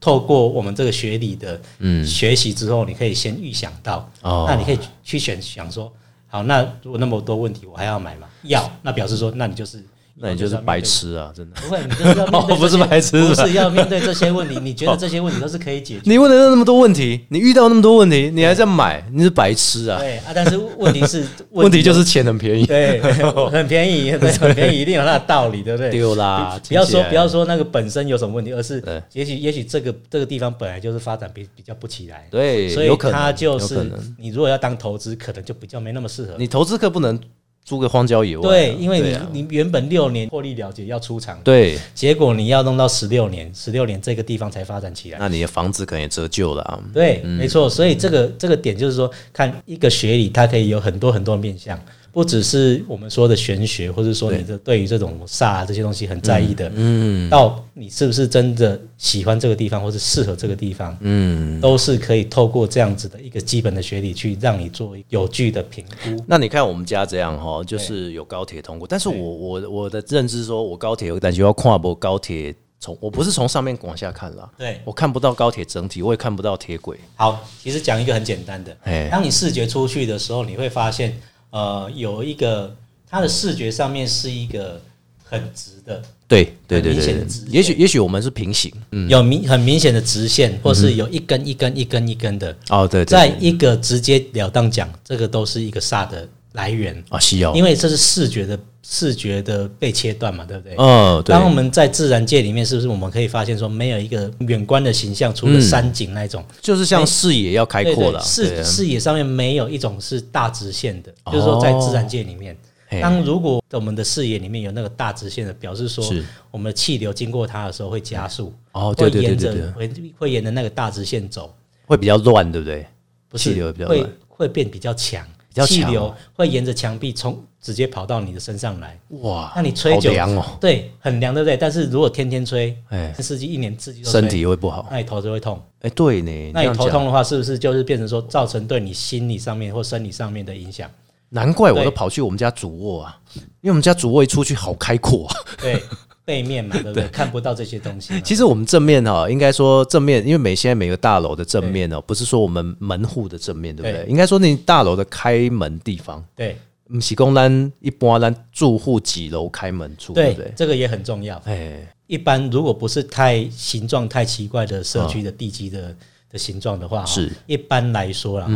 C: 透过我们这个学理的
A: 嗯
C: 学习之后，你可以先预想到，
A: 哦
C: 那你可以去选想说，好，那如果那么多问题，我还要买吗？要，那表示说，那你就是
A: 那你就是白，痴啊， 真的。
C: 不会，你就是要面 对
A: 哦不是
C: 这些
A: 白痴是
C: 不
A: 吧哦
C: 是要面对这些问题。你觉得这些问题都是可以解决的，
A: 你问了那么多问题，你遇到那么多问题，你还在买，你是白 痴啊！
C: 对啊？但是问题是
A: 问题
C: 就
A: 就是钱很便宜，
C: 对，很便宜，对很便宜，一定有它的道理，对不对？
A: 丢啦！
C: 不要说
A: 听
C: 不
A: 起来
C: 要说那个本身有什么问题，而是
A: 对
C: 也许也许这个这个地方本来就是发展比比较不起来，
A: 对，
C: 所
A: 有
C: 以
A: 可能
C: 它就
A: 有可
C: 是
A: 能
C: 你如果要当投资，可能就比较没那么适合。
A: 你投资客不能租个荒郊野外啊，
C: 对，因为你、
A: 对啊
C: 你原本六年获利了结要出场，
A: 对，
C: 结果你要弄到十六年，十六年这个地方才发展起来。
A: 那你的房子可能也折旧了啊。
C: 对，没错，所以这
A: 嗯
C: 个这个点就是说，看一个学理，它可以有很多很多面向，不只是我们说的玄学，或者说你这对于这种煞、啊、这些东西很在意的，嗯，到你是不是真的喜欢这个地方，或是适合这个地方，嗯，都是可以透过这样子的一个基本的学理去让你做有据的评估。
A: 那你看我们家这样哈，就是有高铁通过，但是我我我的认知说，我高铁有感觉要跨过高铁从，我不是从上面往下看啦，
C: 对
A: 我看不到高铁整体，我也看不到铁轨，
C: 好，其实讲一个很简单的
A: 哎，
C: 当你视觉出去的时候，你会发现，呃，有一个它的视觉上面是一个很直的。
A: 对对对
C: 很明
A: 对
C: 显的
A: 对
C: 直，线
A: 也许也许我们是平行，嗯，
C: 有明很明显的直线，或是有一根一根一根一根的，
A: 哦对，对
C: 在
A: 对
C: 一个直截了当讲，这个都是一个煞的来源，
A: 啊西药，
C: 因
A: 为
C: 为这是视觉的视觉的被切断嘛，对不对？
A: 嗯对
C: 当我们在自然界里面，是不是我们可以发现说，没有一个远观的形象，除
A: 嗯
C: 了山景那一种，
A: 就是像视野要开
C: 对
A: 阔
C: 对
A: 了，对
C: 视视野上面没有一种是大直线的，就是说在自然界里面，
A: 嘿
C: 当如果我们的视野里面有那个大直线的，表示说
A: 是
C: 我们的气流经过它的时候会加速，
A: 哦对对
C: 会
A: 对
C: 沿
A: 对对，
C: 着会会沿着那个大直线走，
A: 会比较乱，对不对？
C: 不是
A: 气流比较
C: 会
A: 乱
C: 会变比较强，
A: 较强
C: 气
A: 哦
C: 流会沿着墙壁冲直接跑到你的身上来，
A: 哇，
C: 那你吹
A: 好
C: 久
A: 凉哦，
C: 对，很凉，对不对？但是如果天天吹，
A: 哎，
C: 四季一年四季都吹
A: 身体会不好，
C: 那你头就会痛，
A: 哎，对呢，
C: 那
A: 这
C: 你
A: 样
C: 头
A: 讲
C: 痛的话，是不是就是变成说造成对你心理上面或生理上面的影响？
A: 难怪我都
C: 对
A: 跑去我们家主卧啊，因为我们家主卧一出去好开阔、 啊。
C: 对，背 面嘛，对不对？看不到这些东西嘛。
A: 其实我们正面哈、应该说正面，因为每现在每个大楼的正面哦，不是说我们门户的正面，对不对？
C: 对
A: 应该说那大楼的开门地方，
C: 对
A: 不是公单一般单住户几楼开门处，对
C: 对
A: 不对？
C: 这个也很重要。
A: 哎，
C: 一般如果不是太形状太奇怪的社区的地基的、的形状的话，
A: 是嗯
C: 一般来说啦，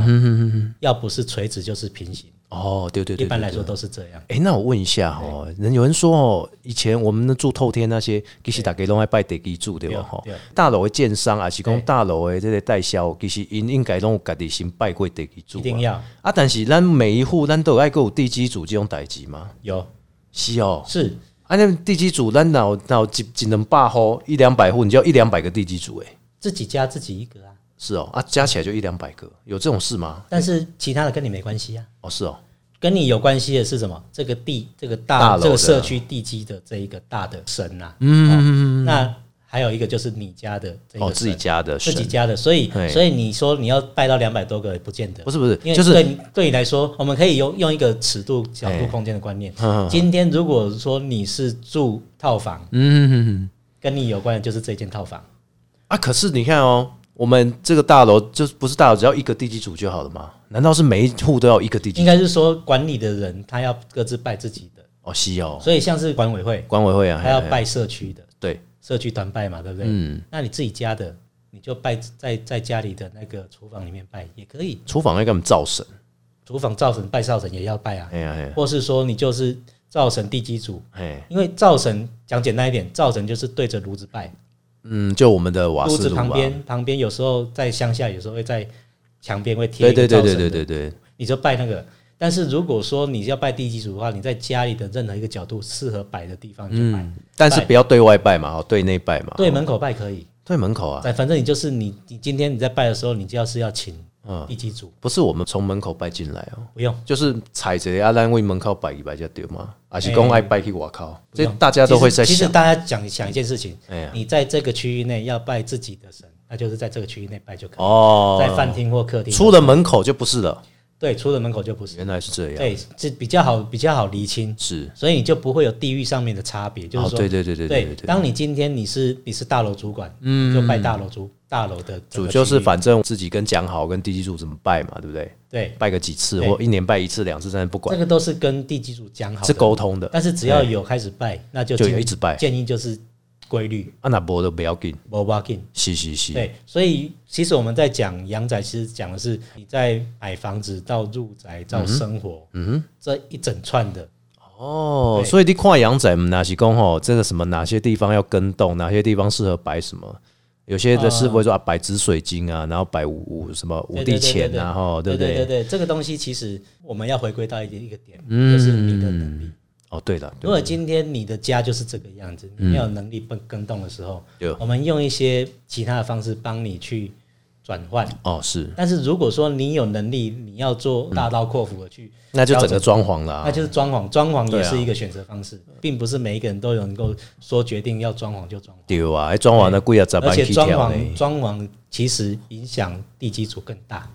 C: 要不是垂直就是平行，
A: 哦，对对对
C: 一般来说。
A: 对对
C: 都是这样。
A: 哎，那我问一下哦，人有人说哦，以前我们住透天那些，其实大家拢爱拜地基主对吧？
C: 对啊
A: 吼
C: 对，
A: 大楼的建商啊，还是讲
C: 对
A: 大楼的这些代销，其实因应该拢有家己先拜过地基主啊，
C: 一定要
A: 啊，但是咱每一户咱都有爱有地基主这种代志嘛，
C: 有
A: 是哦。
C: 是，
A: 啊，那地基主咱哪有哪有一一两百户，一两百户，你就要一两百个地基主哎，
C: 自己家自己一个啊，
A: 是哦，啊，加起来就一两百个，有这种事吗？
C: 但是其他的跟你没关系啊。
A: 哦，是哦，
C: 跟你有关系的是什么？这个地，这个大，
A: 大楼的
C: 这个社区地基的这一个大的神呐、
A: 嗯，
C: 那还有一个就是你家的这个
A: 哦，
C: 神
A: 自己家的
C: 自
A: 神
C: 己家的，所以
A: 对
C: 所以你说你要拜到两百多个也不见得
A: 不，是不是，
C: 因为
A: 就是
C: 对你对你来说，我们可以用用一个尺度、角
A: 哎
C: 度、空间的观念。
A: 嗯
C: 今天如果说你是住套房，
A: 嗯
C: 跟你有关的就是这间套房，
A: 啊，可是你看哦，我们这个大楼就是不是大楼，只要一个地基组就好了吗？难道是每一户都要一个地基
C: 应
A: 组？
C: 该是说管理的人他要各自拜自己的，
A: 哦，西哦，
C: 所以像是管委会，
A: 管委会啊，
C: 他要
A: 嘿嘿
C: 拜社区的，
A: 对，
C: 社区团拜嘛，对不对？
A: 嗯，
C: 那你自己家的，你就拜在在家里的那个厨房里面拜也可以，
A: 厨房要给我们造神，
C: 厨房灶神拜灶神也要拜啊，
A: 哎呀哎呀，
C: 或是说你就是灶神地基主，
A: 哎，
C: 因为灶神讲简单一点，灶神就是对着炉子拜，
A: 嗯，就我们的瓦
C: 炉
A: 斯
C: 子
A: 炉啊
C: 旁
A: 吧，
C: 边旁边有时候在乡下，有时候会在墙边会
A: 对
C: 贴一个
A: 对对
C: 灶神
A: 对
C: 的
A: 对对对，
C: 你就拜那个。但是如果说你要拜地基主的话，你在家里的任何一个角度适合摆的地方你就拜，
A: 嗯，但是
C: 拜
A: 不要对外拜嘛，哦，对内拜嘛，
C: 对门口拜可以。
A: 对门口啊，
C: 但反正你就是你，你今天你在拜的时候，你就要是要请
A: 嗯
C: 地基主，
A: 不是我们从门口拜进来哦。
C: 不用。
A: 就是踩着啊，咱为门口摆一摆就对嘛，还是讲
C: 哎
A: 爱拜去外口，
C: 不
A: 这
C: 用
A: 大家都会
C: 其实
A: 在
C: 其实
A: 想。
C: 大家想想一件事情，
A: 哎呀，
C: 你在这个区域内要拜自己的神，那就是在这个区域内拜就可以，
A: 哦，
C: 在饭厅或客厅。
A: 出了门口就不是了，
C: 对，出了门口就不是。
A: 原来是这样，
C: 对，这比较好，比较好厘清，
A: 是，
C: 所以你就不会有地域上面的差别，就是
A: 哦，
C: 说，
A: 对对对对对对，
C: 当你今天你是你是大楼主管，嗯，就拜大楼主大楼的
A: 主
C: 整个
A: 就是
C: 区域
A: 反正自己跟讲好，跟地基主怎么拜嘛，对不对？
C: 对，
A: 拜个几次
C: 对
A: 或一年拜一次、两次，但不
C: 这
A: 管
C: 个都是跟地基主讲好
A: 是
C: 的，
A: 沟通的。
C: 但是只要有开始拜，那就
A: 就
C: 建
A: 一直拜
C: 建议就是规律
A: 啊，那无都不要紧，
C: m o b i g
A: 是是是，
C: 对，所以其实我们在讲阳宅，其实讲的是你在买房子到入宅到生活，嗯，这一整串的，
A: 哦，
C: 对
A: 所以你看阳仔，哪些工吼，这个什么哪些地方要跟动，哪些地方适合摆什么。有些的师傅会说啊，摆紫水晶
C: 呃
A: 啊，然后摆五五什么五帝钱啊，吼，对
C: 对
A: 不
C: 对对
A: 对？
C: 对，这个东西其实我们要回归到一个一个点，就是你的能力。
A: 哦，嗯对了，
C: 如
A: 对
C: 果今天你的家就是这个样子，
A: 嗯
C: 你没有能力更更动的时候，
A: 对
C: 我们用一些其他的方式帮你去转换。
A: 哦是，
C: 但是如果说你有能力，你要做大刀阔斧的去，
A: 嗯那就整个装潢啊啦
C: 那。就是装潢，装潢
A: 对
C: 也
A: 啊
C: 是一个选择方式，并不是每一个人都有能够说决定要装潢就装潢。
A: 对啊，还装潢的贵啊，咋
C: 而
A: 办？
C: 且装
A: 条呢
C: 潢，？装潢其实影响地基组更大，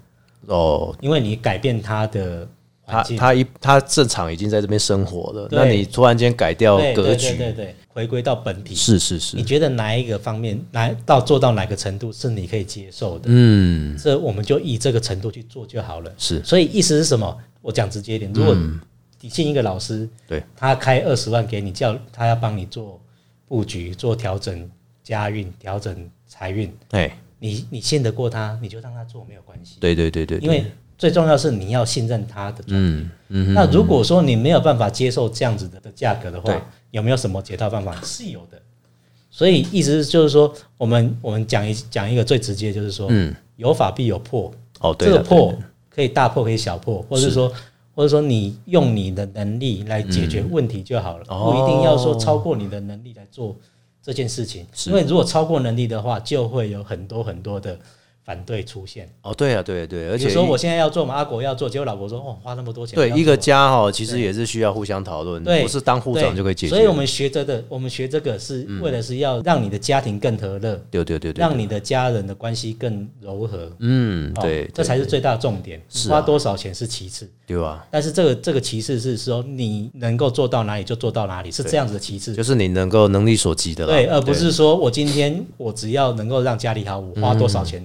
A: 哦，
C: 因为你改变它的
A: 他
C: 环境。
A: 他一他正常已经在这边生活了，
C: 对
A: 那你突然间改掉
C: 对
A: 格
C: 对
A: 局
C: 对，对对，回归到本体。
A: 是是
C: 你
A: 是，
C: 觉得哪一个方面，哪到做到哪个程度是你可以接受的？
A: 嗯，
C: 这我们就以这个程度去做就好了。
A: 是嗯
C: 所以意思是什么？我讲直接一点，如果你信一个老师，
A: 对，
C: 他开二十万给你，叫他要帮你做布局、做调整家运、调整财运，
A: 哎，
C: 你你信得过他，你就让他做没有关系，
A: 对对对对，对
C: 因为最重要是你要信任他的。
A: 嗯嗯
C: 那如果说你没有办法接受这样子的的价格的
A: 对
C: 话，有没有什么解套办法？是有的。所以意思就是说，我们我们讲一讲一个最直接，就是说，
A: 嗯，
C: 有法必有破，
A: 哦对
C: 这个
A: 了，
C: 破可以大破，可以小破，或者说，或者说你用你的能力来解决问题就好了，
A: 嗯
C: 不一定要说超过你的能力来做这件事情，因为如果超过能力的话，就会有很多很多的反对出现。
A: 哦对啊对啊对啊，而
C: 比如
A: 且
C: 说
A: 一
C: 我现在要做嘛，阿国要做，结果老婆说哦，花那么多钱，
A: 对
C: 不要做
A: 一个家哈，其实也是需要互相讨论，
C: 对
A: 不是当护长
C: 对
A: 就可以解决，
C: 所以我们学这个，我们学这个是为了是要让你的家庭更和乐，
A: 对对对对，
C: 让
A: 对
C: 你的家人的关系更柔和。
A: 嗯
C: 哦
A: 对，
C: 这
A: 对
C: 才是最大的重点。
A: 是啊
C: 花多少钱是其次，
A: 对吧？
C: 但是这个这个其次是说你能够做到哪里就做到哪里，是
A: 对
C: 这样子的其次。
A: 就是你能够能力所及的啦，
C: 对，而不是说我今天我只要能够让家里好，我花多
A: 嗯
C: 少钱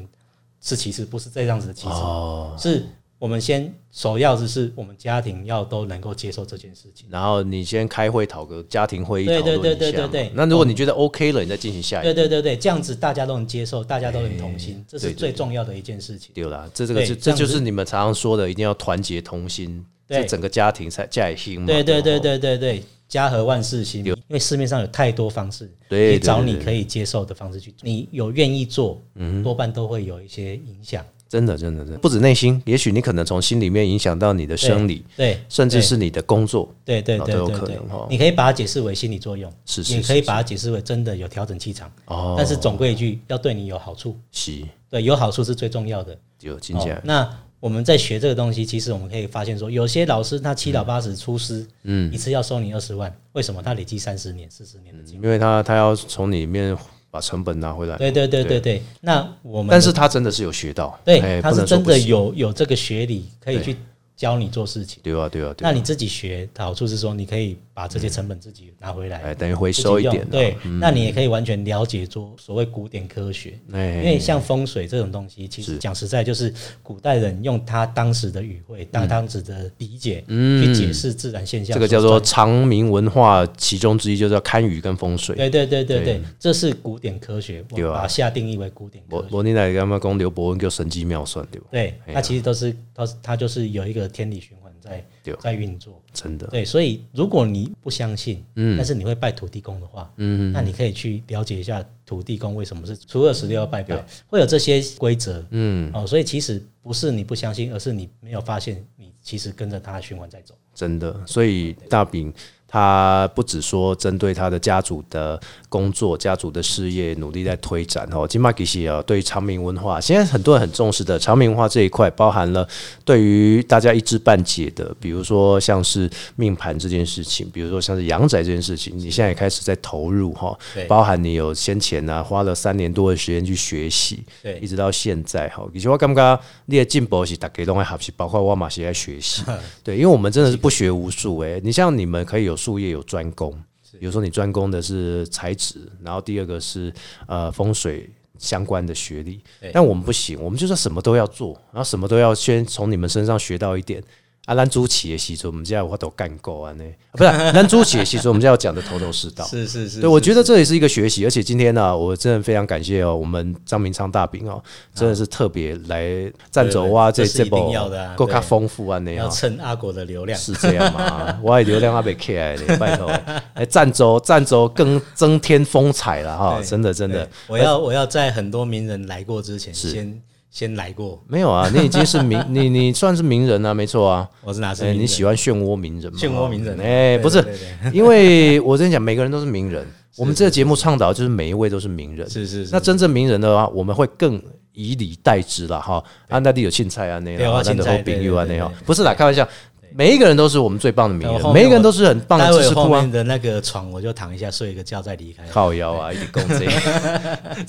C: 是其次，不是这样子的其次。
A: 哦，
C: 是我们先首要的是我们家庭要都能够接受这件事情。
A: 然后你先开会讨个家庭会议讨论一
C: 对
A: 下
C: 对
A: 嘛，
C: 对对对对
A: 那如果你觉得 OK 了，你再进行下一步
C: 对对对对，这样子大家都能接受，大家都能同心，这是
A: 哎对对
C: 最重要的一件事情。
A: 对啦，这这个
C: 对
A: 是
C: 这
A: 这
C: 样子
A: 就是你们常常说的，一定要团结同心，
C: 对
A: 这整个家庭才才兴嘛。
C: 对对
A: 吼
C: 对对对对，家和万事兴，
A: 嗯有
C: 因为市面上有太多方式，
A: 对
C: 你找
A: 对对嗯
C: 你可以接受的方式去做，你有愿意做，多半都会有一些影响，
A: 真的真的真的，不止内心，也许你可能从心里面影响到你的
C: 对
A: 生理，
C: 对，
A: 甚至是你的工作。
C: 对对
A: 哦
C: 对
A: 都有
C: 对
A: 可
C: 对
A: 能哦，
C: 你可以把它解释为心理作用，
A: 是是
C: 也
A: 是
C: 可以把它解释为真的有调整气场，
A: 哦，
C: 但是总归一句，要对你有好处，
A: 是
C: 对，有好处是最重要的。
A: 有金钱
C: 哦那我们在学这个东西，其实我们可以发现说，有些老师他七老八十出师，嗯，一次要收你二十万，为什么？他累积三十年、四十年的经验。
A: 因为他他要从里面把成本拿回来，
C: 对对对对对。那我们的
A: 但是他真的是有学到，哎
C: 对，他
A: 不
C: 是
A: 能说
C: 真
A: 不
C: 的
A: 行
C: 有有这个学理，可以
A: 对
C: 去教你做事情。
A: 对啊对啊对
C: 那
A: 啊，
C: 你自己学的好处是说，你可以把这些成本自己拿回来
A: 哎，，等于回
C: 自己
A: 收一
C: 用
A: 点啊，
C: 对，那你也可以完全了解做所谓古典科学，因为
A: 哎，
C: 像风水这种东西，其实讲实在就是古代人用他当时的语汇、他当时的理解去解释自然现象，
A: 嗯这个叫做长明文化其中之一，就叫堪舆跟风水。
C: 对对对对
A: 对
C: 对，这是古典科学，我
A: 对
C: 们
A: 啊
C: 把它下定义为古典科
A: 我
C: 学。
A: 我你来跟他们讲刘伯温叫神机妙算对吧？
C: 对，
A: 哎呀
C: 它其实都是它它就是有一个天理循环在
A: 对
C: 在运作。
A: 真的，
C: 对，所以如果你不相信，嗯，但是你会拜土地公的话，嗯，那你可以去了解一下土地公为什么是初二十六要拜拜，会有这些规则，嗯，哦，所以其实不是你不相信，而是你没有发现你其实跟着他的循环在走。
A: 真的。所以大饼他不只说针对他的家族的工作、家族的事业努力在推展哦，金马其实啊，对于长明文化，现在很多人很重视的长明文化这一块，包含了对于大家一知半解的，比如说像是命盘这件事情，比如说像是阳宅这件事情，你现在也开始在投入哈
C: 对，
A: 包含你有先前呢、花了三年多的时间去学习，
C: 对
A: 一直到现在哈。其实我感觉你的进步是大家都在学习，包括我嘛是在学习，对，因为我们真的是不学无术诶、你像你们可以有术业有专攻，比如说你专攻的是材质，然后第二个是呃风水。相关的学历，但我们不行，我们就是什么都要做，然后什么都要先从你们身上学到一点。啊，咱主企的时阵，我们有法都干够啊呢，啊不是咱主企的时阵，我们就要讲的头头是道。
C: 是是是
A: 对，我觉得这也是一个学习，而且今天呢、我真的非常感谢哦，我们张明昌大兵哦，真的是特别来赞助哇，这
C: 对对这是
A: 这
C: 一
A: 波
C: 定要的啊
A: 够卡
C: 对
A: 丰富啊那
C: 要
A: 样。
C: 蹭阿国的流量，
A: 是这样吗？ 我的流量还被 K 来 的，拜托！哎，赞州赞州更增添风采了哈，
C: 对
A: 啊真的真的
C: 对。我要我要在很多名人来过之前，先先来过，
A: 没有啊，你已经是 名，你你算是名人啊，没错啊。
C: 我是哪是
A: 哎，
C: 名
A: 你
C: 人
A: 喜欢漩涡名人吗？
C: 漩涡名人啊
A: 哎，
C: 对
A: 不是
C: 对对，
A: 因为我跟你讲，每个人都是名 人。我们这个节目倡导就是每一位都是名人。
C: 是是是
A: 那真正名人的话，我们会更以礼待之了哈。安大地有青菜啊，那
C: 对我
A: 样，
C: 有
A: 咱的
C: 凊彩
A: 后饼友啊，那
C: 对对对
A: 样，不是啦，开玩笑。每一个人都是我们最棒的名
C: 我
A: 人，
C: 后面
A: 每一个人都是很棒
C: 待
A: 的知
C: 会
A: 识
C: 后
A: 库啊
C: 面。的那个床我就躺一下睡一个觉再离开。
A: 靠腰啊，一点共这个，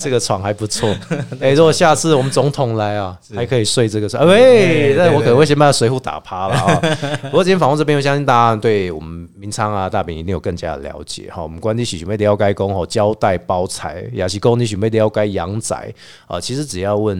A: 这个床还不错。 哎、如果下次我们总统来啊，还可以睡这个床。哎、喂，
C: 对
A: 那
C: 对
A: 我可能会先把水壶打趴了啊。 不过今天访问这边，我相信大家对我们明昌啊、大饼一定有更加的了解哈。我们关于喜准备了解公吼交代包材，也是公你准备了解阳宅啊。其实只要问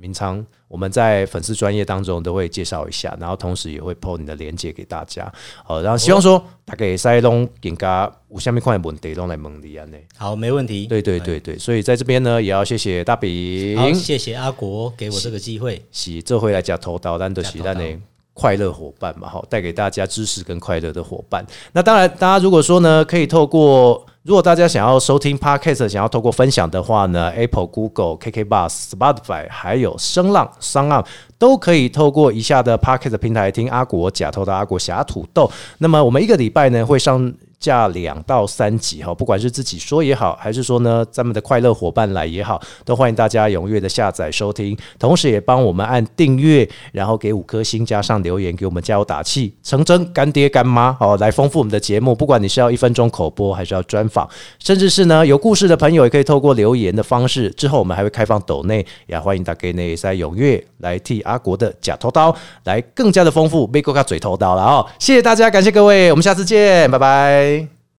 A: 明昌。我们在粉丝专业当中都会介绍一下，然后同时也会 PO 你的链接给大家，好，然后希望说大家使拢更加有下面款的问题拢来问你啊安尼。
C: 好，没问题。
A: 对对对对，所以在这边呢，也要谢谢大
C: 好，
A: 饼，
C: 谢谢阿国给我这个机会。
A: 喜这回来讲头刀，但都喜但呢。快乐伙伴嘛，好，带给大家知识跟快乐的伙伴。那当然，大家如果说呢，可以透过，如果大家想要收听 podcast，想要透过分享的话呢，Apple、Google、KK Bus、Spotify，还有声浪、商浪都可以透过以下的 podcast 平台听阿国假头的阿国侠土豆。那么我们一个礼拜呢会上架两到三集哈，不管是自己说也好，还是说呢咱们的快乐伙伴来也好，都欢迎大家踊跃的下载收听，同时也帮我们按订阅，然后给五颗星加上留言，给我们加油打气，成真干爹干妈哦，来丰富我们的节目。不管你是要一分钟口播，还是要专访，甚至是呢有故事的朋友，也可以透过留言的方式。之后我们还会开放抖内，也欢迎大家呢也在踊跃来替阿国的假头啊刀来更加的丰富，被够卡嘴头刀了哦。谢谢大家，感谢各位，我们下次见，拜拜。